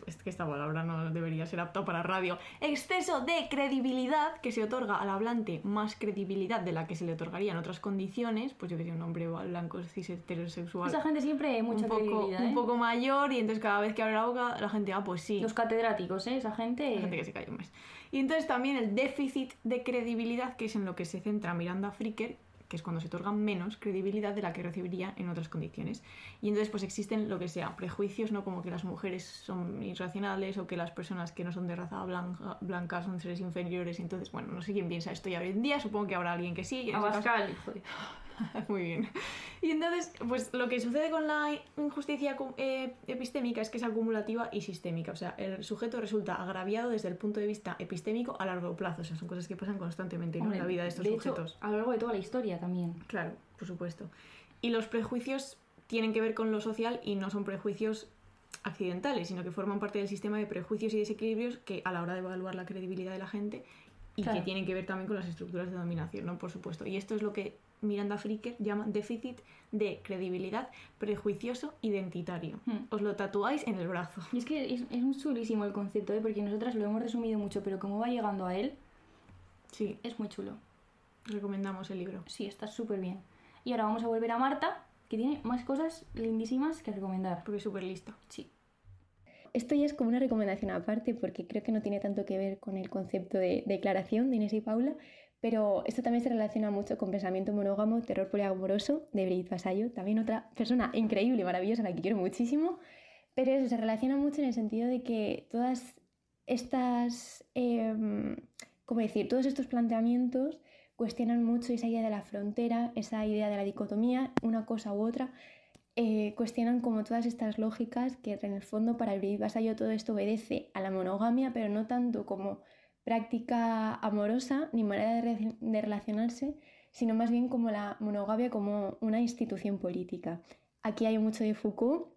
B: Es que esta palabra no debería ser apta para radio. Exceso de credibilidad que se otorga al hablante más credibilidad de la que se le otorgaría en otras condiciones. Pues yo que sé, un hombre blanco, cis, heterosexual.
A: Esa gente siempre mucha
B: un poco,
A: credibilidad,
B: un
A: ¿eh?
B: poco mayor y entonces cada vez que abre la boca la gente, ah, pues sí.
A: Los catedráticos, ¿eh? Esa gente...
B: Hay gente que se calla un mes. Y entonces también el déficit de credibilidad, que es en lo que se centra Miranda Fricker, que es cuando se otorga menos credibilidad de la que recibiría en otras condiciones. Y entonces pues existen lo que sea, prejuicios, ¿no? Como que las mujeres son irracionales o que las personas que no son de raza blanca, blanca son seres inferiores. Entonces, bueno, no sé quién piensa esto ya hoy en día, supongo que habrá alguien que sí. y en ese caso-
A: Abascal, hijo de-
B: muy bien. Y entonces, pues lo que sucede con la injusticia acu- eh, epistémica es que es acumulativa y sistémica. O sea, el sujeto resulta agraviado desde el punto de vista epistémico a largo plazo. O sea, son cosas que pasan constantemente ¿no?
A: Hombre,
B: en la vida de estos
A: de hecho,
B: sujetos.
A: a lo largo de toda la historia también.
B: Claro, por supuesto. Y los prejuicios tienen que ver con lo social y no son prejuicios accidentales, sino que forman parte del sistema de prejuicios y desequilibrios que a la hora de evaluar la credibilidad de la gente y
A: Claro.
B: que tienen que ver también con las estructuras de dominación, ¿no? Por supuesto. Y esto es lo que Miranda Fricker llama déficit de credibilidad prejuicioso identitario.
A: Hmm.
B: Os lo tatuáis en el brazo.
A: Y es que es, es un chulísimo el concepto, ¿eh? Porque nosotras lo hemos resumido mucho, pero como va llegando a él,
B: Sí,
A: es muy chulo.
B: recomendamos el libro.
A: Sí, está súper bien. Y ahora vamos a volver a Marta, que tiene más cosas lindísimas que recomendar.
B: Porque es súper listo. Sí.
D: Esto ya es como una recomendación aparte porque creo que no tiene tanto que ver con el concepto de declaración de Inés y Paula, pero esto también se relaciona mucho con Pensamiento Monógamo, Terror Poliamoroso de Brigitte Vasallo, también otra persona increíble, maravillosa, a la que quiero muchísimo, pero eso se relaciona mucho en el sentido de que todas estas, eh, ¿cómo decir?, todos estos planteamientos cuestionan mucho esa idea de la frontera, esa idea de la dicotomía, una cosa u otra, eh, cuestionan como todas estas lógicas que en el fondo para el Vasallo todo esto obedece a la monogamia, pero no tanto como práctica amorosa ni manera de, re- de relacionarse, sino más bien como la monogamia como una institución política. Aquí hay mucho de Foucault.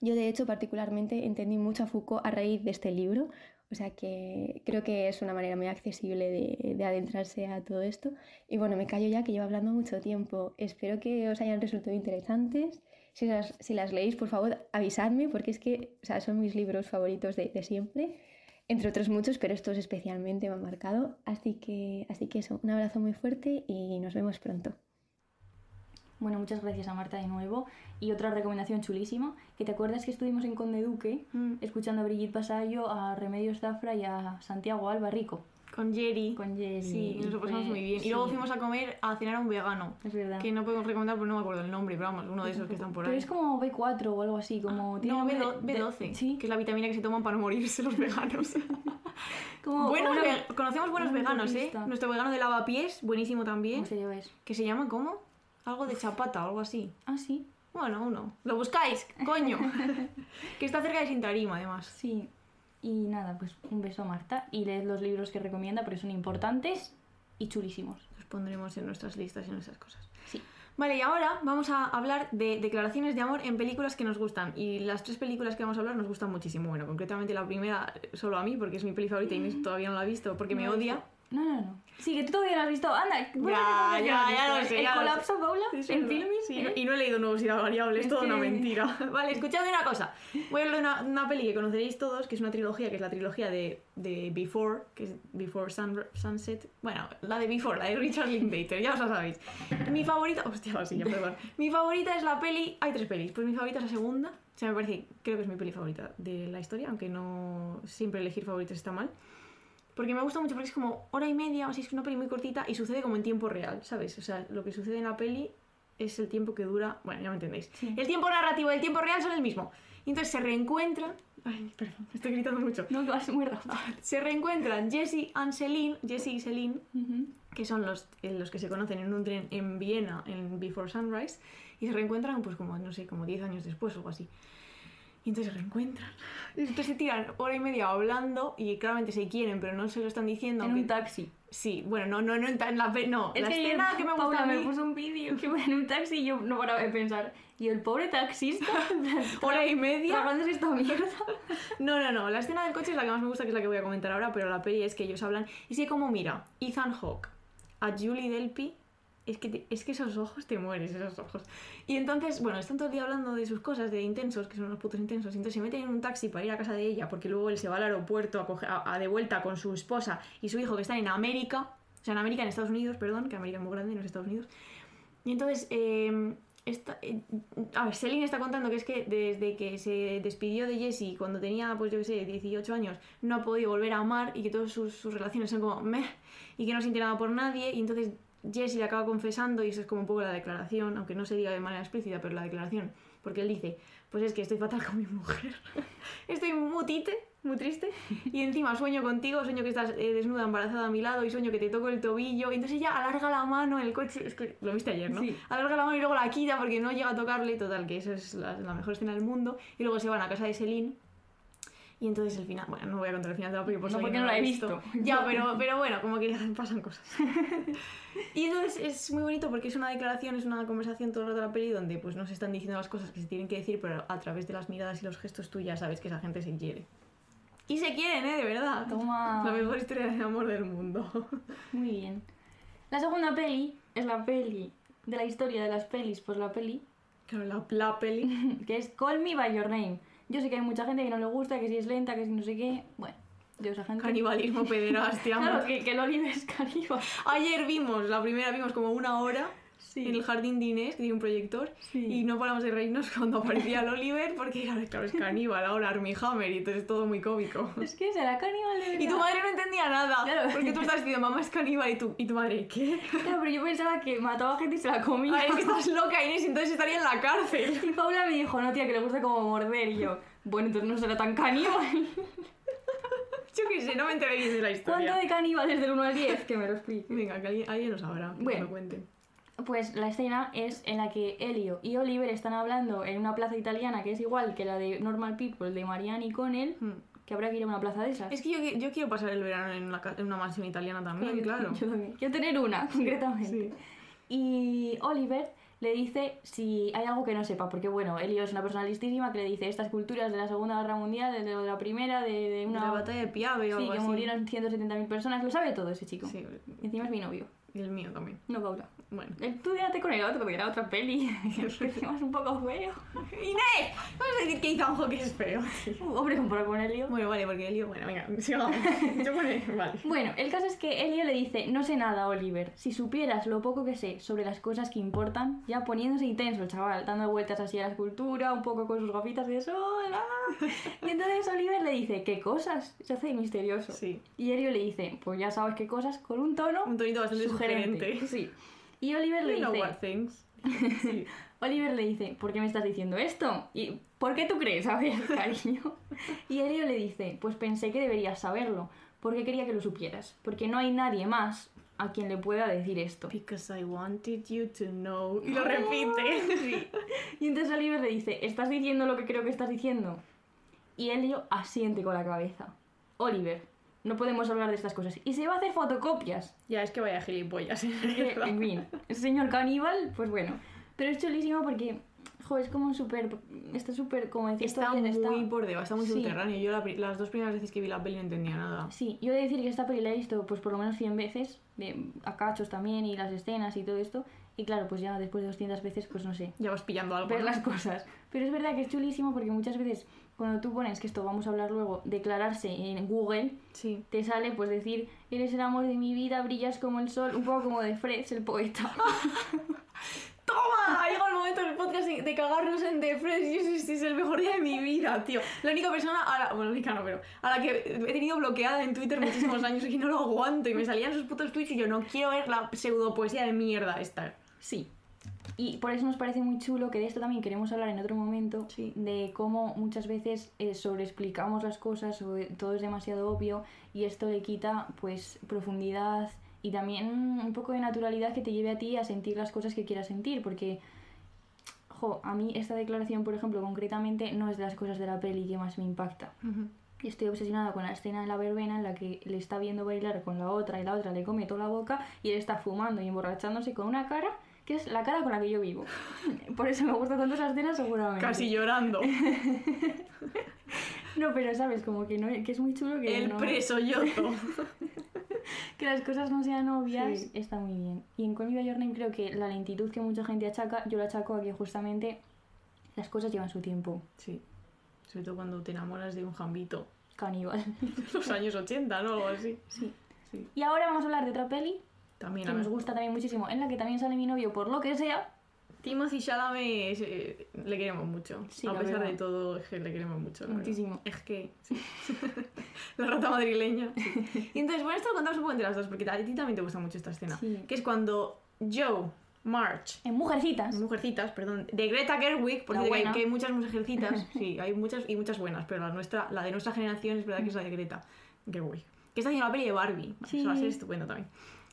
D: Yo de hecho particularmente entendí mucho a Foucault a raíz de este libro, o sea que creo que es una manera muy accesible de, de adentrarse a todo esto. Y bueno, me callo ya que llevo hablando mucho tiempo. Espero que os hayan resultado interesantes. Si las, si las leéis, por favor, avisadme, porque es que o sea, son mis libros favoritos de, de siempre, entre otros muchos, pero estos especialmente me han marcado. Así que, así que eso, un abrazo muy fuerte y nos vemos pronto.
A: Bueno, muchas gracias a Marta de nuevo. Y otra recomendación chulísima, que te acuerdas que estuvimos en Conde Duque
B: Mm.
A: escuchando a Brigitte Basallo, a Remedios Zafra y a Santiago Albarrico.
B: Con Jerry.
A: Con Jerry.
B: Sí, y nos lo
A: Fue-
B: pasamos muy bien.
A: sí.
B: Y luego fuimos a comer, a cenar a un vegano.
A: Es verdad.
B: Que no podemos recomendar porque no me acuerdo el nombre, pero vamos, uno de esos que están por
A: Pero
B: ahí. Ah,
A: es como B4 o algo así, como... tiene
B: no,
A: nombre
B: B12,
A: de- de- sí,
B: que es la vitamina que se toman para no morirse los veganos.
A: como
B: Buenos
A: una-
B: ve- conocemos buenos
A: una
B: veganos, ¿eh?
A: pista.
B: Nuestro vegano de lavapiés, buenísimo también.
A: ¿Cómo se lleva eso?
B: Que se llama, ¿cómo? Algo de chapata o algo así.
A: Ah, sí,
B: Bueno, uno. Lo buscáis, coño. que está cerca de Sintarima, además.
A: sí. Y nada, pues un beso a Marta y leed los libros que recomienda porque son importantes y chulísimos.
B: Los pondremos en nuestras listas y en nuestras cosas.
A: Sí.
B: Vale, y ahora vamos a hablar de declaraciones de amor en películas que nos gustan. Y las tres películas que vamos a hablar nos gustan muchísimo. Bueno, concretamente la primera eh, solo a mí, porque es mi peli favorita y Inés todavía no la ha visto porque me
A: Mm. No,
B: odia.
A: No, no, no. Sí, que tú todavía no has visto. Anda, bueno,
B: Ya,
A: que tú
B: ya,
A: has
B: ya
A: visto,
B: lo
A: ¿eh?
B: sé.
A: El
B: ya lo
A: colapso,
B: sé.
A: Paula,
B: Sí, sí,
A: en
B: es verdad.
A: filming.
B: Sí,
A: ¿eh?
B: Y no he leído Nubosidad Variable, es
A: Es
B: toda una
A: que-
B: mentira. Vale, escuchadme una cosa. Voy a hablar de una, una peli que conoceréis todos, que es una trilogía, que es la trilogía de, de Before, que es Before Sun- Sunset. Bueno, la de Before, la de Richard Linklater, ya os la sabéis. Mi favorita... Hostia, la silla, perdón. Mi favorita es la peli... Hay tres pelis. Pues mi favorita es la segunda. O sea, me parece... Creo que es mi peli favorita de la historia, aunque no siempre elegir favoritas está mal. Porque me gusta mucho porque es como hora y media, o así es una peli muy cortita y sucede como en tiempo real, ¿sabes? O sea, lo que sucede en la peli es el tiempo que dura. Bueno, ya me entendéis.
A: Sí.
B: El tiempo narrativo y el tiempo real son el mismo. Y entonces se reencuentran. Ay, perdón, estoy gritando mucho.
A: No, que vas muy rápido.
B: Se reencuentran Jesse and Celine, Jesse y Celine,
A: Ujú.
B: que son los, eh, los que se conocen en un tren en Viena, en Before Sunrise, y se reencuentran, pues como, no sé, como 10 años después o algo así. Y entonces se reencuentran. Y entonces se tiran hora y media hablando y claramente se quieren, pero no se lo están diciendo.
A: en
B: aunque-
A: un taxi.
B: Sí, bueno, no, no, no, en ta- en la, pe- no, la
A: yo-
B: escena que me gusta
A: Paula
B: a mí-
A: me puso un vídeo que iba en un taxi y yo no paraba de pensar. Y el pobre taxista, en plan,
B: hora y media.
A: tragándose esta mierda.
B: No, no, no. La escena del coche es la que más me gusta, que es la que voy a comentar ahora, pero la peli es que ellos hablan. Y sí, como mira, Ethan Hawke a Julie Delpy. Es que, te- es que esos ojos te mueres, esos ojos. Y entonces, bueno, están todo el día hablando de sus cosas, de intensos, que son unos putos intensos. y Entonces se meten en un taxi para ir a casa de ella, porque luego él se va al aeropuerto a coge- a- a de vuelta con su esposa y su hijo que están en América. O sea, en América, en Estados Unidos, perdón, que América es muy grande, no es Estados Unidos. Y entonces, eh, esta- eh, a ver, Selin está contando que es que desde que se despidió de Jesse cuando tenía, pues yo qué sé, 18 años, no ha podido volver a amar y que todas sus, sus relaciones son como meh y que no siente nada por nadie. Y entonces Jesse le acaba confesando, y eso es como un poco la declaración, aunque no se diga de manera explícita, pero la declaración, porque él dice: Pues es que estoy fatal con mi mujer, estoy mutite. Muy triste. Y encima sueño contigo, sueño que estás eh, desnuda, embarazada a mi lado y sueño que te toco el tobillo. Y entonces ella alarga la mano en el coche. Es que lo viste ayer, ¿no?
A: Sí.
B: alarga la mano y luego la quita porque no llega a tocarle, total, que eso es la, la mejor escena del mundo. Y luego se van a casa de Celine. Y entonces el final, bueno, no voy a contar el final de la película por
A: No,
B: si
A: porque
B: alguien
A: no la
B: lo ha
A: he visto.
B: Ya, pero, pero bueno, como que pasan cosas. y entonces es muy bonito porque es una declaración, es una conversación todo el rato de la peli donde pues no se están diciendo las cosas que se tienen que decir, pero a través de las miradas y los gestos tú ya sabes que esa gente se quiere. Y se quieren, ¿eh? De verdad.
A: Toma.
B: La mejor historia de amor del mundo.
A: Muy bien. La segunda peli es la peli de la historia de las pelis, pues la peli,
B: claro, la, la peli.
A: que es Call Me By Your Name. Yo sé que hay mucha gente que no le gusta, que si es lenta, que si no sé qué. Bueno, yo esa gente.
B: Canibalismo, pederastia.
A: Claro,
B: amor.
A: que, que Loli es caníbal.
B: Ayer vimos, la primera vimos como una hora en el jardín de Inés, que tiene un proyector, y no paramos de reírnos cuando aparecía el Oliver, porque claro, es caníbal, ahora Armihammer, y entonces es todo muy cómico.
A: Es que será caníbal de verdad.
B: Y tu madre no entendía nada,
A: Claro.
B: porque tú estás diciendo, mamá es caníbal, y, tú, y tu madre, ¿qué?
A: Claro, pero yo pensaba que mataba gente y se la comía.
B: Ay, es que estás loca, Inés, entonces estaría en la cárcel.
A: Y Paula me dijo, no, tía, que le gusta como morder. Y yo, bueno, entonces no será tan caníbal.
B: Yo qué sé, no me enteré bien de la historia.
A: ¿Cuánto de caníbal es del 1 al 10? Que me lo explique.
B: Venga, que alguien, alguien lo sabrá, que
A: Bueno.
B: me lo cuente.
A: Pues la escena es en la que Elio y Oliver están hablando en una plaza italiana que es igual que la de Normal People de Marianne y Connell,
B: Hmm.
A: que habrá que ir a una plaza de esas.
B: Es que yo, qui- yo quiero pasar el verano en una, ca- en una mansión italiana también, Ah, claro.
A: Eh, Yo también. Quiero tener una, concretamente.
B: Sí.
A: Y Oliver le dice si hay algo que no sepa, porque bueno, Elio es una persona listísima que le dice estas culturas de la Segunda Guerra Mundial, de lo de la Primera, de, de
B: De
A: una...
B: la batalla de Piave o
A: Sí,
B: algo
A: que
B: así.
A: murieron 170.000 personas, lo sabe todo ese chico.
B: Sí,
A: Y encima es mi novio,
B: y el mío también.
A: no Paula.
B: Bueno.
A: Eh, Tú quédate con el otro, porque era otra peli. Es que encima es un poco feo.
B: ¡Inés! Vamos a decir que Itanjo que es feo.
A: Un Uh, hombre comparado con Elio.
B: Bueno, vale, porque el lío... Bueno, venga, sigamos. Yo pone... Vale.
A: Bueno, el caso es que Elio le dice, no sé nada, Oliver. Si supieras lo poco que sé sobre las cosas que importan, ya poniéndose intenso el chaval, dando vueltas así a la escultura, un poco con sus gafitas de sol. ¡ah! Y entonces Oliver le dice, ¿qué cosas? Se hace misterioso.
B: Sí.
A: Y Elio le dice, pues ya sabes qué cosas, con un tono
B: Un tonito bastante
A: sugerente.
B: sugerente.
A: Sí. Y Oliver le
B: You know
A: dice,
B: what things. Sí.
A: Oliver le dice, ¿por qué me estás diciendo esto? ¿Y por qué tú crees? A ver, cariño. Y Elio le dice, pues pensé que deberías saberlo, porque quería que lo supieras, porque no hay nadie más a quien le pueda decir esto.
B: Because I wanted you to know. Oh, Y lo repite.
A: Sí. Y entonces Oliver le dice, ¿estás diciendo lo que creo que estás diciendo? Y Elio asiente con la cabeza. Oliver, no podemos hablar de estas cosas. Y se va a hacer fotocopias.
B: Ya, es que vaya gilipollas.
A: Eh, en fin, el señor caníbal, pues bueno. Pero es chulísimo porque, jo, es como súper. Está súper, como decía,
B: Está muy por debajo, está muy
A: Sí.
B: subterráneo. Yo la pri- las dos primeras veces que vi la peli no entendía nada.
A: Sí, yo he de decir que esta peli la he visto pues por lo menos 100 veces, de, a cachos también y las escenas y todo esto. Y claro, pues ya después de 200 veces, pues no sé,
B: Ya vas pillando algo.
A: ver
B: ¿no?
A: las cosas. Pero es verdad que es chulísimo porque muchas veces cuando tú pones que esto vamos a hablar luego, declararse en Google,
B: Sí.
A: te sale pues decir, eres el amor de mi vida, brillas como el sol, un poco como de Fred, el poeta.
B: ¡Toma! Ha llegado el momento del podcast de de cagarnos en The Fresh. Y ese- ese es el mejor día de mi vida, tío. La única persona a la... Bueno, la única no, pero... A la que he tenido bloqueada en Twitter muchísimos años y que no lo aguanto. Y me salían sus putos tweets y yo no quiero ver la pseudo poesía de mierda esta.
A: Sí. Y por eso nos parece muy chulo que de esto también queremos hablar en otro momento,
B: Sí.
A: de cómo muchas veces eh, sobreexplicamos las cosas o eh, todo es demasiado obvio y esto le quita pues profundidad y también un poco de naturalidad que te lleve a ti a sentir las cosas que quieras sentir, porque jo, a mí esta declaración, por ejemplo, concretamente no es de las cosas de la peli que más me impacta. Y estoy obsesionada con la escena de la verbena en la que le está viendo bailar con la otra y la otra le come toda la boca y él está fumando y emborrachándose con una cara que es la cara con la que yo vivo. Por eso me gusta tanto esa escena seguramente.
B: Casi llorando.
A: No, pero sabes, como que no que es muy chulo que,
B: El
A: no-
B: preso yoto.
A: que las cosas no sean obvias,
B: Sí.
A: está muy bien. Y en Call Me By Your Name creo que la lentitud que mucha gente achaca, yo la achaco a que justamente las cosas llevan su tiempo.
B: Sí. Sobre todo cuando te enamoras de un jambito.
A: Caníbal.
B: De los años 80, ¿no? Algo así.
A: Sí.
B: Sí.
A: Y ahora vamos a hablar de otra peli
B: También
A: que
B: a
A: nos
B: ver.
A: gusta también muchísimo, en la que también sale mi novio por lo que sea,
B: Timothy Chalamet es, eh, le queremos mucho.
A: Sí,
B: a
A: la
B: pesar
A: verdad.
B: de todo, es que le queremos mucho. la verdad.
A: Muchísimo.
B: Es que. sí. la rata madrileña. sí. Y entonces, bueno, esto lo contamos un poco entre las dos, porque a ti también te gusta mucho esta escena.
A: Sí.
B: Que es cuando Joe, March,
A: en Mujercitas.
B: mujercitas, perdón, de Greta Gerwig,
A: La
B: porque
A: buena.
B: que hay muchas mujercitas, sí, hay muchas y muchas buenas, pero la, nuestra, la de nuestra generación es verdad que es la de Greta Gerwig, que está haciendo la peli de Barbie,
A: Sí.
B: eso va a ser estupendo también.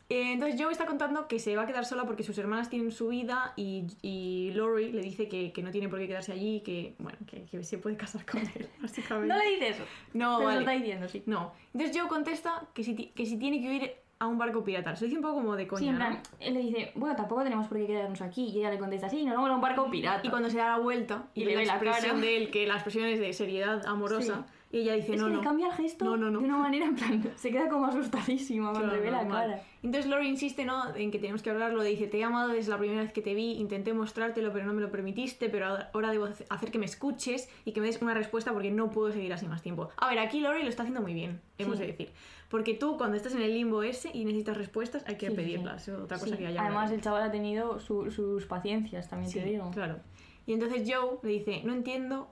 B: Eh, entonces Joe está contando que se va a quedar sola porque sus hermanas tienen su vida y, y Lori le dice que, que no tiene por qué quedarse allí, que bueno, que, que se puede casar con él, básicamente.
A: No le dice eso.
B: No,
A: Pero
B: vale.
A: lo está diciendo, sí.
B: No. Entonces Joe contesta que si, ti- que si tiene que huir a un barco pirata. Se dice un poco como de coña,
A: Sí, en
B: ¿no?
A: plan, él le dice, bueno, tampoco tenemos por qué quedarnos aquí. Y ella le contesta, sí, nos vamos a un barco pirata.
B: Y cuando se da la vuelta y,
A: Y
B: ve
A: le
B: la
A: ve la
B: expresión
A: cara.
B: de él, que la expresión es de seriedad amorosa, Y ella dice,
A: es
B: no,
A: que
B: no.
A: le cambia el gesto
B: No, no, no.
A: de una manera en plan, se queda como asustadísima cuando
B: Claro,
A: le ve la
B: normal.
A: cara.
B: Entonces Lori insiste, ¿no? En que tenemos que hablarlo. Dice, te he llamado desde la primera vez que te vi, intenté mostrártelo, pero no me lo permitiste, pero ahora debo hace- hacer que me escuches y que me des una respuesta porque no puedo seguir así más tiempo. A ver, aquí Lori lo está haciendo muy bien, hemos
A: Sí.
B: de decir. Porque tú, cuando estás en el limbo ese y necesitas respuestas, hay que
A: Sí, sí, sí.
B: pedirlas. Es otra cosa
A: Sí,
B: que ya
A: Además,
B: hablaremos.
A: el chaval ha tenido su- sus paciencias, también
B: Sí,
A: te digo.
B: Claro. Y entonces Joe le dice, no entiendo,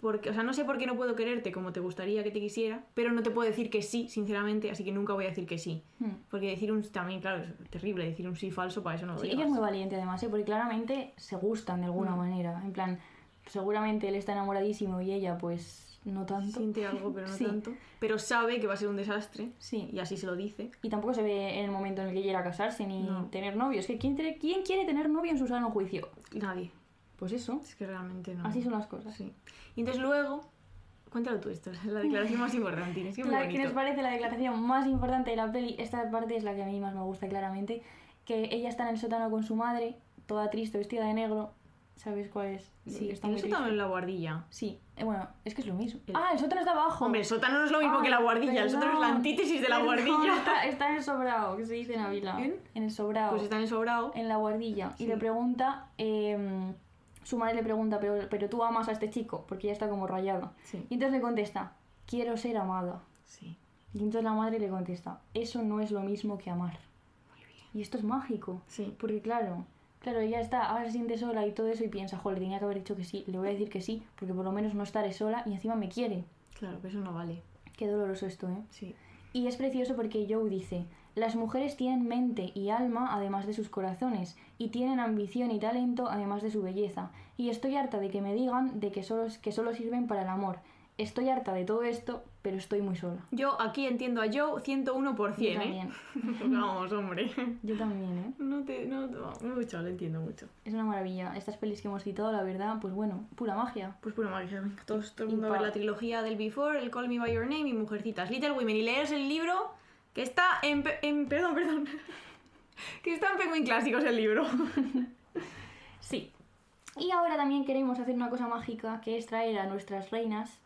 B: porque, o sea, no sé por qué no puedo quererte como te gustaría que te quisiera, pero no te puedo decir que sí, sinceramente, así que nunca voy a decir que sí.
A: Hmm.
B: Porque decir un también, claro, es terrible decir un sí falso, para eso no lo
A: Sí,
B: digas.
A: ella es muy valiente además, ¿eh? porque claramente se gustan de alguna
B: Mm.
A: manera. En plan, seguramente él está enamoradísimo y ella pues no tanto.
B: Siente algo, pero no
A: Sí.
B: tanto. Pero sabe que va a ser un desastre
A: Sí.
B: y así se lo dice.
A: Y tampoco se ve en el momento en el que quiera casarse ni
B: No.
A: tener novio. Es que ¿quién, tiene- ¿quién quiere tener novio en su sano juicio?
B: Nadie.
A: Pues eso.
B: Es que realmente no.
A: Así son las cosas.
B: Sí. Y entonces luego, cuéntalo tú esto, es la declaración más importante. Es que es muy
A: La que
B: bonito.
A: nos parece la declaración más importante de la peli, esta parte es la que a mí más me gusta claramente, que ella está en el sótano con su madre, toda triste, vestida de negro. ¿Sabes cuál es?
B: Sí,
A: está
B: en
A: muy
B: el
A: triste.
B: sótano en la guardilla.
A: Sí, eh, bueno, es que es lo mismo.
B: El-
A: Ah, el sótano está abajo. Ah,
B: Hombre, el sótano no es lo mismo que la guardilla, el sótano es la
A: perdón,
B: antítesis de la
A: perdón,
B: guardilla.
A: Está, está en el sobrado, que se dice en Ávila.
B: ¿En?
A: el sobrado.
B: Pues está en el sobrado.
A: En la guardilla.
B: Sí.
A: Y le pregunta, eh, su madre le pregunta, pero, pero tú amas a este chico, porque ella está como rayada.
B: Sí.
A: Y entonces le contesta, quiero ser amada.
B: Sí.
A: Y entonces la madre le contesta, eso no es lo mismo que amar. Y esto es mágico.
B: Sí.
A: Porque claro, claro, ella está, ahora se siente sola y todo eso y piensa, joder, tenía que haber dicho que sí, le voy a decir que sí, porque por lo menos no estaré sola y encima me quiere.
B: Claro, que eso no vale.
A: Qué doloroso esto, ¿eh?
B: Sí.
A: Y es precioso porque Joe dice, las mujeres tienen mente y alma además de sus corazones, y tienen ambición y talento además de su belleza, y estoy harta de que me digan de que solo, que solo sirven para el amor. Estoy harta de todo esto, pero estoy muy sola.
B: Yo aquí entiendo a Joe 101%,
A: Yo
B: ¿eh?
A: también.
B: Vamos, hombre.
A: Yo también, ¿eh?
B: No te. No, no, mucho, lo entiendo mucho.
A: Es una maravilla. Estas pelis que hemos citado, la verdad, pues bueno, pura magia.
B: Pues pura magia, venga, todos, todo
A: Y
B: el mundo a ver
A: pa-
B: la trilogía del Before, el Call Me By Your Name y Mujercitas, Little Women. Y leeros el libro que está en... pe- en- perdón, perdón. que está en Penguin Clásicos el libro.
A: Sí. Y ahora también queremos hacer una cosa mágica, que es traer a nuestras reinas,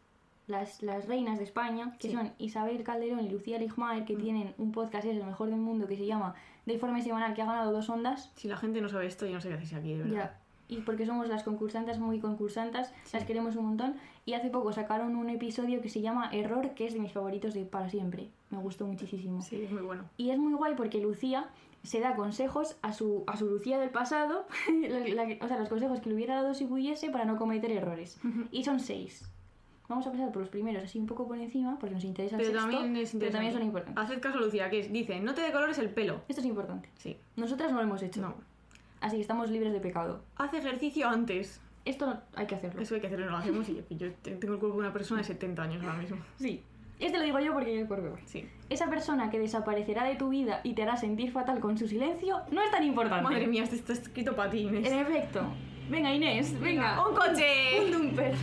A: las, las reinas de España, que
B: Sí. Mm.
A: son Isabel Calderón y Lucía Ligmaer, que tienen un podcast, es el mejor del mundo, que se llama De forma semanal, que ha ganado dos ondas.
B: si la gente no sabe esto, yo no sé qué hacéis aquí, de verdad.
A: Ya. Y porque somos las concursantes, muy concursantes, las queremos un montón. Y hace poco sacaron un episodio que se llama Error, que es de mis favoritos de para siempre. Me gustó muchísimo.
B: Sí, es muy bueno.
A: Y es muy guay porque Lucía se da consejos a su, a su Lucía del pasado, la- la que- o sea, los consejos que le hubiera dado si pudiese para no cometer errores.
B: Ujú.
A: Y son seis. Vamos a pasar por los primeros, así un poco por encima, porque nos interesa el
B: Pero
A: sexto,
B: también es
A: pero también
B: interesante.
A: son importantes.
B: Haced caso, Lucía, que es- dice, no te decolores el pelo.
A: Esto es importante.
B: Sí.
A: Nosotras no lo hemos hecho,
B: No.
A: así que estamos libres de pecado.
B: Haz ejercicio antes.
A: Esto hay que hacerlo.
B: Eso hay que hacerlo, no lo hacemos y yo- yo te- tengo el cuerpo de una persona de 70 años ahora mismo.
A: Sí. Este lo digo yo porque yo el cuerpo.
B: Sí.
A: Esa persona que desaparecerá de tu vida y te hará sentir fatal con su silencio no es tan importante.
B: Madre mía, esto está escrito patines.
A: En efecto. Venga, Inés, venga.
B: ¡Un coche!
A: Un dumper.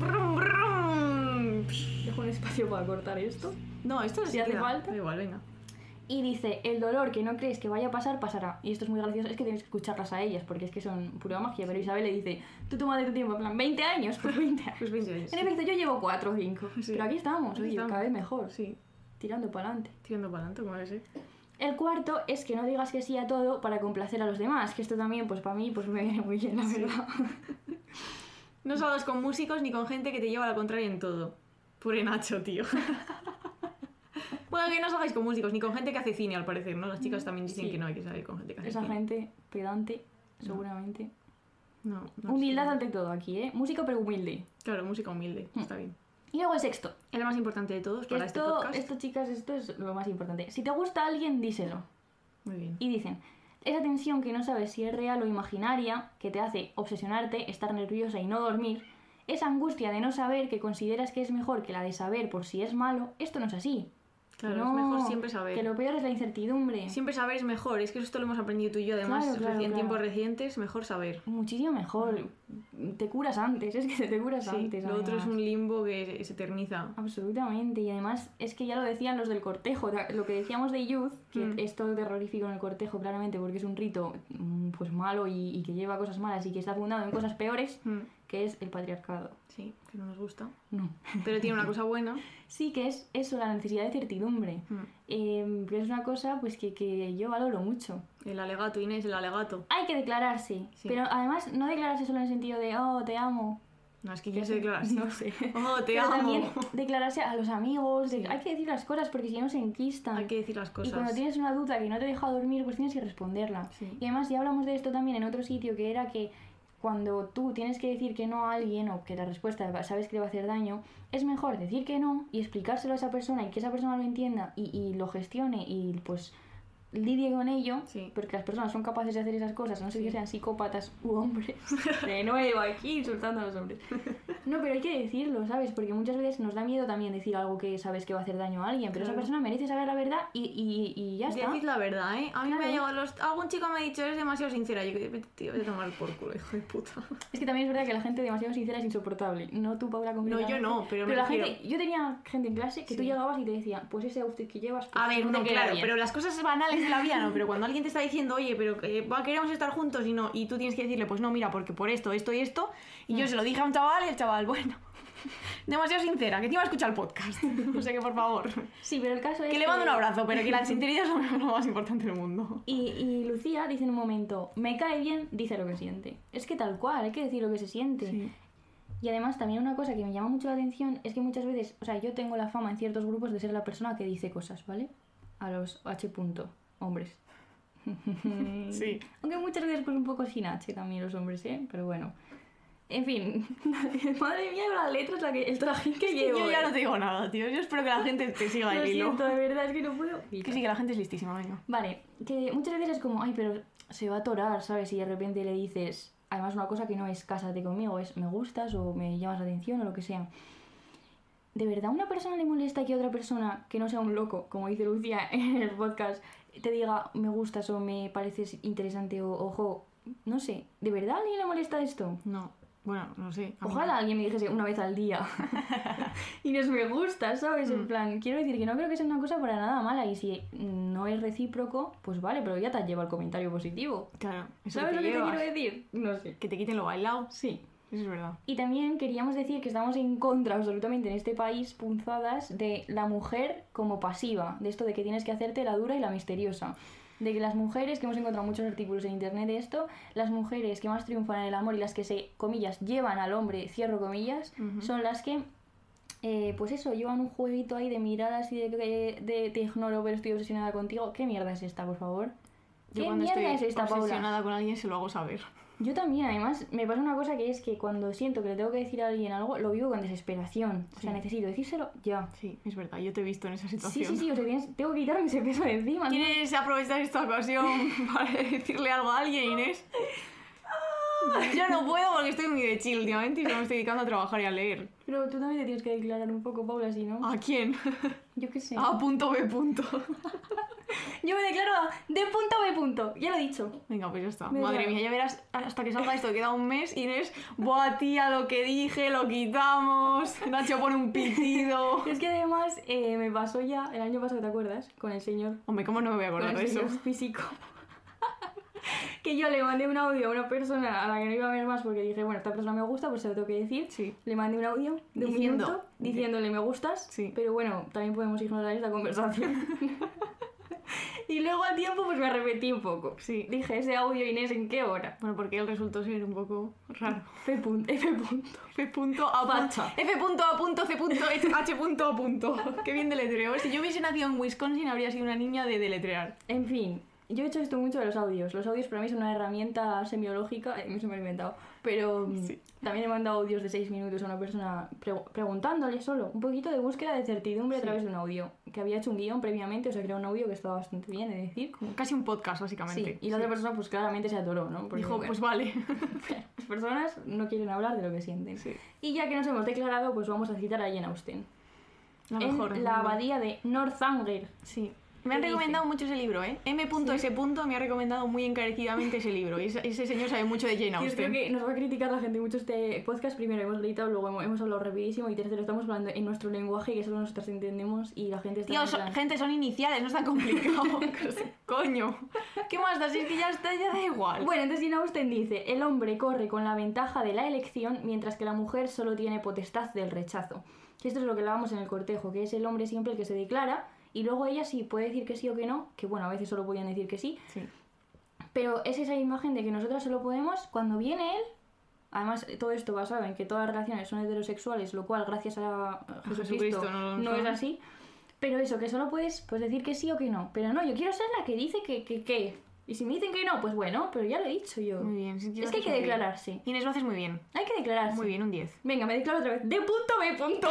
B: Brum, brum.
A: Dejo un espacio para cortar esto.
B: No, esto
A: Si
B: sí
A: hace
B: queda.
A: falta.
B: Da Igual, venga.
A: Y dice, el dolor que no crees que vaya a pasar, pasará. Y esto es muy gracioso, es que tenéis que escucharlas a ellas, porque es que son pura magia. Pero Isabel le dice, tú tómate tu tiempo, en plan, 20 años, pues 20 años.
B: Pues 20 años.
A: En efecto, yo llevo 4 o 5.
B: Sí.
A: Pero aquí estamos,
B: Aquí
A: oye,
B: estamos.
A: cada vez mejor,
B: Sí,
A: tirando para adelante.
B: tirando para adelante, como ves, eh.
A: El cuarto es que no digas que sí a todo para complacer a los demás, que esto también, pues para mí, pues me viene muy bien, la verdad.
B: No salgas con músicos ni con gente que te lleva a la contraria en todo. Pure Nacho, tío. bueno, que no salgáis con músicos ni con gente que hace cine, al parecer, ¿no? Las chicas también dicen
A: Sí.
B: que no hay que salir con gente que hace
A: Esa
B: cine.
A: gente pedante, seguramente.
B: No, no
A: Humildad
B: sé.
A: ante todo aquí, ¿eh? Músico pero humilde.
B: Claro, música humilde, está bien.
A: Y luego el sexto,
B: Es lo más importante de todos
A: Que
B: para este
A: esto,
B: podcast.
A: esto, chicas, esto es lo más importante. Si te gusta alguien, díselo.
B: Muy bien.
A: Y dicen, esa tensión que no sabes si es real o imaginaria, que te hace obsesionarte, estar nerviosa y no dormir, esa angustia de no saber que consideras que es mejor que la de saber por si es malo, esto no es así.
B: Claro,
A: No,
B: es mejor siempre saber.
A: Que lo peor es la incertidumbre.
B: Siempre saber es mejor. Es que esto lo hemos aprendido tú y yo, además,
A: Claro, claro,
B: reci- en
A: claro.
B: tiempos recientes, mejor saber.
A: Muchísimo mejor. Te curas antes, es que te curas
B: Sí,
A: antes.
B: lo otro es
A: además.
B: un limbo que se eterniza.
A: Absolutamente, y además es que ya lo decían los del cortejo, ta- lo que decíamos de Youth, que
B: Mm.
A: es todo terrorífico en el cortejo claramente porque es un rito mm, pues malo y, y que lleva cosas malas y que está fundado en cosas peores,
B: Mm.
A: que es el patriarcado.
B: Sí, que no nos gusta.
A: No.
B: Pero tiene una cosa buena.
A: Sí, que es eso, la necesidad de certidumbre.
B: Mm.
A: Em, que es una cosa pues que, que yo valoro mucho.
B: El alegato, Inés, el alegato.
A: Hay que declararse,
B: Sí.
A: pero además no declararse solo en el sentido de, oh, te amo.
B: No, es que quién se declara así.
A: No sé.
B: Oh, te
A: Pero
B: amo.
A: también declararse a los amigos. de-
B: Sí.
A: Hay que decir las cosas porque si no se enquistan.
B: Hay que decir las cosas.
A: Y cuando tienes una duda que no te deja dormir, pues tienes que responderla.
B: Sí.
A: Y además ya hablamos de esto también en otro sitio, que era que cuando tú tienes que decir que no a alguien o que la respuesta va- sabes que le va a hacer daño, es mejor decir que no y explicárselo a esa persona y que esa persona lo entienda y, y lo gestione y pues lidie con ello,
B: Sí.
A: porque las personas son capaces de hacer esas cosas, a no sé que
B: Sí.
A: sean psicópatas u hombres. De nuevo aquí insultando a los hombres. No, pero hay que decirlo, ¿sabes? Porque muchas veces nos da miedo también decir algo que sabes que va a hacer daño a alguien, pero esa
B: Claro.
A: persona merece saber la verdad y, y- y ya está.
B: Decid la verdad, ¿eh? A mí me
A: Claro.
B: ha llegado los... Algún chico me ha dicho, eres demasiado sincera. Yo que te voy a tomar por culo, hijo de puta.
A: Es que también es verdad que la gente demasiado sincera es insoportable. No tú, Paula, conmigo.
B: yo no, pero me
A: la
B: refiero-
A: gente... Yo tenía gente en clase que tú
B: Sí.
A: llegabas y te decían, pues ese outfit que llevas... pues,
B: A ver,
A: te
B: no,
A: queda
B: claro,
A: bien".
B: pero las cosas banales de la vida no, pero cuando alguien te está diciendo, oye, pero eh, va, queremos estar juntos y no, y tú tienes que decirle, pues no, mira, porque por esto, esto y esto, y
A: Mm.
B: yo se lo dije a un chaval y el chaval, bueno, demasiado sincera, que te iba a escuchar el podcast, o sea que por favor,
A: Sí, pero el caso es
B: que le mando un abrazo, pero que la sinceridad es lo más importante del mundo.
A: Y, y Lucía dice en un momento, me cae bien, dice lo que siente. Es que tal cual, hay que decir lo que se siente. Y además también una cosa que me llama mucho la atención es que muchas veces, o sea, yo tengo la fama en ciertos grupos de ser la persona que dice cosas, ¿vale? A los H. punto, hombres.
B: Sí.
A: Aunque muchas veces pues un poco sin H también los hombres, ¿eh? Pero bueno. En fin, madre mía, las letras, la que, el traje que llevo.
B: Yo ya
A: ¿eh?
B: no te digo nada, tío, yo espero que la gente te siga
A: Lo
B: el hilo.
A: siento, de verdad, es que no puedo.
B: Que sí, que la gente es listísima, venga.
A: Vale, que muchas veces es como, ay, pero se va a atorar, ¿sabes? Y de repente le dices, además una cosa que no es cásate conmigo, es me gustas o me llamas la atención o lo que sea. ¿De verdad una persona le molesta que otra persona, que no sea un loco, como dice Lucía en el podcast, te diga me gustas o me pareces interesante o ojo? No sé, ¿de verdad a alguien le molesta esto?
B: No, bueno, no sé. a mí
A: Ojalá alguien me dijese una vez al día. y nos me gusta, ¿sabes? En plan, quiero decir que no creo que sea una cosa para nada mala. Y si no es recíproco, pues vale, pero ya te lleva el comentario positivo.
B: no. Claro, eso
A: ¿Sabes lo que
B: llevas.
A: te quiero decir? No sé.
B: Que te quiten lo bailado,
A: Sí.
B: eso es verdad.
A: Y también queríamos decir que estamos en contra absolutamente en este país, punzadas, de la mujer como pasiva, de esto de que tienes que hacerte la dura y la misteriosa. De que las mujeres, que hemos encontrado muchos artículos en internet de esto, las mujeres que más triunfan en el amor y las que se, comillas, llevan al hombre, cierro comillas,
B: Ujú.
A: son las que, eh, pues eso, llevan un jueguito ahí de miradas y de, de, de te ignoro, pero estoy obsesionada contigo. ¿Qué mierda es esta, por favor?
B: Yo
A: ¿Qué
B: cuando
A: mierda es
B: estoy
A: esta, Paula?
B: obsesionada con alguien se lo hago saber.
A: Yo también, además, me pasa una cosa que es que cuando siento que le tengo que decir a alguien algo, lo vivo con desesperación. O sea,
B: Sí.
A: necesito decírselo ya.
B: Sí, es verdad, yo te he visto en esa
A: Sí,
B: situación.
A: sí, sí, o sea, tienes- tengo que quitarme ese peso de encima. ¿no?
B: ¿Quieres aprovechar esta ocasión para decirle algo a alguien, Inés? Yo no puedo porque estoy muy de chill últimamente y solo me estoy dedicando a trabajar y a leer.
A: Pero tú también te tienes que declarar un poco, Paula, si no.
B: ¿A quién?
A: Yo qué sé.
B: A punto B punto.
A: Yo me declaro a de punto a B punto. Ya lo he dicho.
B: Venga, pues ya está.
A: Me
B: Madre
A: llamo.
B: mía, ya verás hasta que salga esto, queda un mes, Inés. Buah, tía, lo que dije, lo quitamos. Nacho pone un pitido.
A: Es que además eh, me pasó ya el año pasado, ¿te acuerdas? Con el señor
B: Hombre, ¿cómo no me voy a acordar
A: con
B: de
A: el
B: eso?
A: señor físico. que yo le mandé un audio a una persona a la que no iba a ver más porque dije, bueno, esta persona me gusta, pues se lo tengo que decir.
B: Sí.
A: Le mandé un audio de un
B: Diciendo.
A: minuto diciéndole me gustas,
B: Sí.
A: pero bueno, también podemos ignorar esta conversación. y luego al tiempo pues me arrepentí un poco.
B: Sí.
A: Dije, ese audio Inés, ¿en qué hora?
B: Bueno, porque él resultó ser un poco raro.
A: F punto, F punto.
B: F punto A punto,
A: Facha.
B: F punto A punto C punto H H punto O punto. Qué bien deletreo. Si yo hubiese nacido en Wisconsin habría sido una niña de deletrear.
A: En fin, yo he hecho esto mucho de los audios. Los audios para mí son una herramienta semiológica, eh, me se me lo he inventado, pero mm,
B: Sí.
A: también he mandado audios de 6 minutos a una persona pre- preguntándole solo un poquito de búsqueda de certidumbre a
B: Sí.
A: través de un audio, que había hecho un guión previamente, o sea, que era un audio que estaba bastante bien, he de decir.
B: Como casi un podcast
A: Sí,
B: básicamente.
A: y la otra persona pues claramente se atoró, ¿no? Porque,
B: dijo,
A: bueno,
B: pues vale.
A: las personas no quieren hablar de lo que sienten.
B: Sí.
A: Y ya que nos hemos declarado, pues vamos a citar a Jane Austen.
B: La
A: en
B: mejor. del
A: la
B: mundo.
A: abadía de Northanger.
B: Sí. Me han
A: ¿Qué
B: recomendado mucho ese libro, ¿eh? M.S. me ha recomendado muy encarecidamente ese libro. Y ese, ese señor sabe mucho de Jane
A: Yo creo
B: Austen.
A: que nos va a criticar la gente mucho este podcast. Primero hemos gritado, luego hemo- hemos hablado rapidísimo y tercero estamos hablando en nuestro lenguaje que solo nosotros entendemos y la gente está
B: Tío,
A: en
B: son-
A: plan-
B: gente, son iniciales, no es tan complicado. Coño. ¿Qué más da? Si es que ya está, ya da igual.
A: Bueno, entonces Jane Austen dice, el hombre corre con la ventaja de la elección mientras que la mujer solo tiene potestad del rechazo. Que esto es lo que hablábamos en el cortejo, que es el hombre siempre el que se declara y luego ella sí puede decir que sí o que no, que bueno, a veces solo podían decir que sí,
B: Sí.
A: pero es esa imagen de que nosotras solo podemos cuando viene él. Además, todo esto basado en que todas las relaciones son heterosexuales, lo cual, gracias a Jesucristo,
B: Jesucristo, no lo
A: no es
B: son.
A: así. Pero eso, que solo puedes pues, decir que sí o que no. Pero no, yo quiero ser la que dice que, que, que. Y si me dicen que no, pues bueno, pero ya lo he dicho yo.
B: Muy bien. sí,
A: Es
B: lo
A: que hay
B: haces
A: que
B: muy bien.
A: declararse.
B: Inés, lo haces muy bien.
A: Hay que declararse.
B: Muy bien, un 10.
A: Venga, me declaro otra vez. De punto B punto.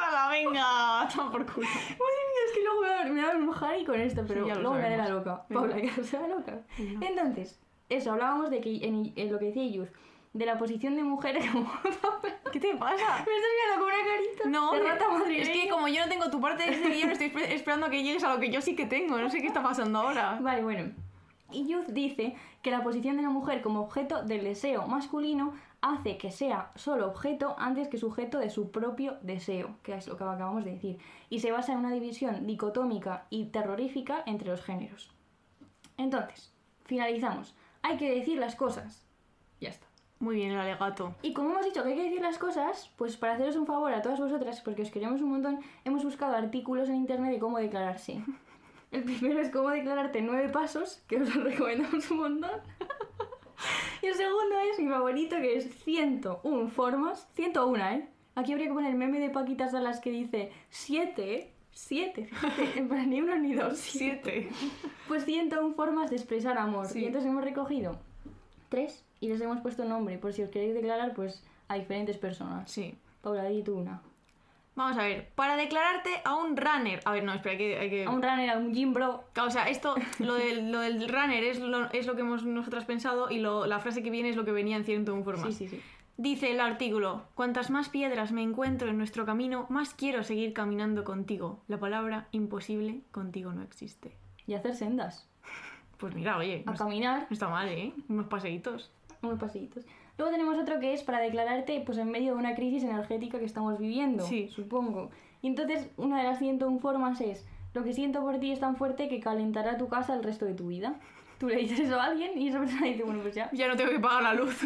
B: ¡Hala, venga! Toma por culo.
A: Madre mía, es que luego me va a- me va a embrujar y con esto, pero
B: ya lo
A: luego me haré la
B: sabemos.
A: loca.
B: Venga.
A: Paula, que se va loca.
B: Venga.
A: Entonces, eso, hablábamos de que en, en lo que decía Yus, de la posición de mujer como. me estás
B: ¿Qué te pasa?
A: mirando con una carita.
B: No,
A: de
B: hombre,
A: rata madrileña.
B: es que como yo no tengo tu parte de este guión, estoy esper- esperando a que llegues a lo que yo sí que tengo. No sé qué está pasando ahora.
A: Vale, bueno. Y Youth dice que la posición de la mujer como objeto del deseo masculino hace que sea solo objeto antes que sujeto de su propio deseo, que es lo que acabamos de decir, y se basa en una división dicotómica y terrorífica entre los géneros. Entonces, finalizamos. Hay que decir las cosas. Ya está.
B: Muy bien, el alegato.
A: Y como hemos dicho que hay que decir las cosas, pues para haceros un favor a todas vosotras, porque os queremos un montón, hemos buscado artículos en internet de cómo declararse. El primero es cómo declararte en nueve pasos, que os lo recomendamos un montón. Y el segundo es mi favorito, que es 101 formas, 101, ¿eh? Aquí habría que poner el meme de Paquitas a las que dice 7, 7, en plan ni uno ni dos, siete.
B: Siete.
A: Pues 101 formas de expresar amor.
B: Sí.
A: Y entonces hemos recogido tres y les hemos puesto nombre, por si os queréis declarar, pues a diferentes personas.
B: Sí.
A: Paula, di tú una.
B: Vamos a ver. Para declararte a un runner. A ver, no, espera, hay que. Hay que...
A: A un runner, a un gym bro.
B: O sea, esto, lo del, lo del runner es lo, es lo que hemos nosotras pensado y lo- la frase que viene es lo que venía en 101 formas.
A: Sí, sí, sí.
B: Dice el artículo, cuantas más piedras me encuentro en nuestro camino, más quiero seguir caminando contigo. La palabra imposible contigo no existe.
A: Y hacer sendas.
B: Pues mira, oye, no
A: A
B: está,
A: caminar,
B: no está mal, ¿eh? Unos paseitos.
A: unos paseitos. Luego tenemos otro que es para declararte pues en medio de una crisis energética que estamos viviendo,
B: Sí.
A: supongo. Y entonces una de las 101 formas es, lo que siento por ti es tan fuerte que calentará tu casa el resto de tu vida. Tú le dices eso a alguien y esa persona dice, bueno, pues ya.
B: Ya no tengo que pagar la luz.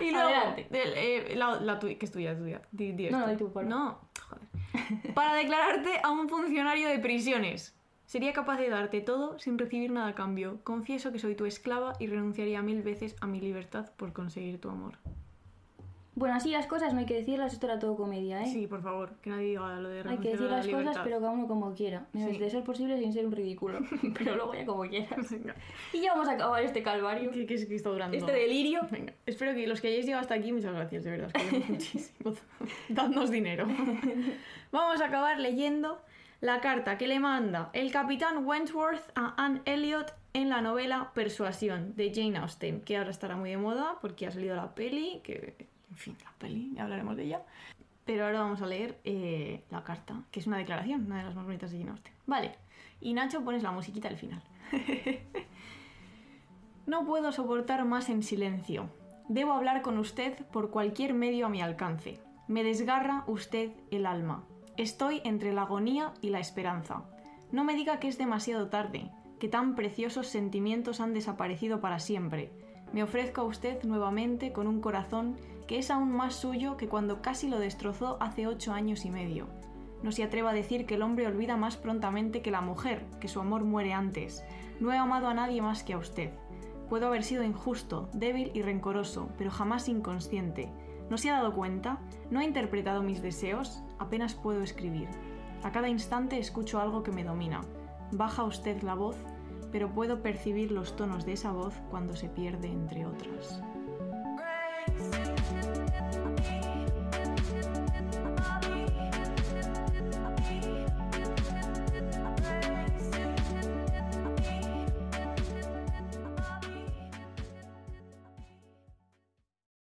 B: y luego,
A: Adelante.
B: del, eh, la, la tu- que es tuya, es tuya. Di- di
A: No,
B: esto.
A: no, di tú, por favor.
B: No, joder. Para declararte a un funcionario de prisiones. Sería capaz de darte todo sin recibir nada a cambio. Confieso que soy tu esclava y renunciaría mil veces a mi libertad por conseguir tu amor.
A: Bueno, así las cosas no hay que decirlas, esto era todo comedia, ¿eh?
B: Sí, por favor, que nadie diga lo de
A: Hay que
B: renunciar
A: decir
B: a la
A: las cosas,
B: libertad.
A: pero cada uno como quiera. Menos
B: Sí.
A: de ser posible sin ser un ridículo. pero luego ya como quieras.
B: Venga.
A: Y ya vamos a acabar este calvario.
B: Que, que es Cristo Grande.
A: Este delirio.
B: Venga. Espero que los que hayáis llegado hasta aquí, muchas gracias, de verdad. os queremos muchísimo. Dadnos dinero. Vamos a acabar leyendo la carta que le manda el capitán Wentworth a Anne Elliot en la novela Persuasión de Jane Austen, que ahora estará muy de moda porque ha salido la peli, que en fin, la peli, ya hablaremos de ella. Pero ahora vamos a leer eh, la carta, que es una declaración, una de las más bonitas de Jane Austen. Vale, y Nacho pones la musiquita al final. No puedo soportar más en silencio. Debo hablar con usted por cualquier medio a mi alcance. Me desgarra usted el alma. Estoy entre la agonía y la esperanza. No me diga que es demasiado tarde, que tan preciosos sentimientos han desaparecido para siempre. Me ofrezco a usted nuevamente con un corazón que es aún más suyo que cuando casi lo destrozó hace ocho años y medio. No se atreva a decir que el hombre olvida más prontamente que la mujer, que su amor muere antes. No he amado a nadie más que a usted. Puedo haber sido injusto, débil y rencoroso, pero jamás inconsciente. ¿No se ha dado cuenta? ¿No ha interpretado mis deseos? Apenas puedo escribir. A cada instante escucho algo que me domina. Baja usted la voz, pero puedo percibir los tonos de esa voz cuando se pierde entre otras.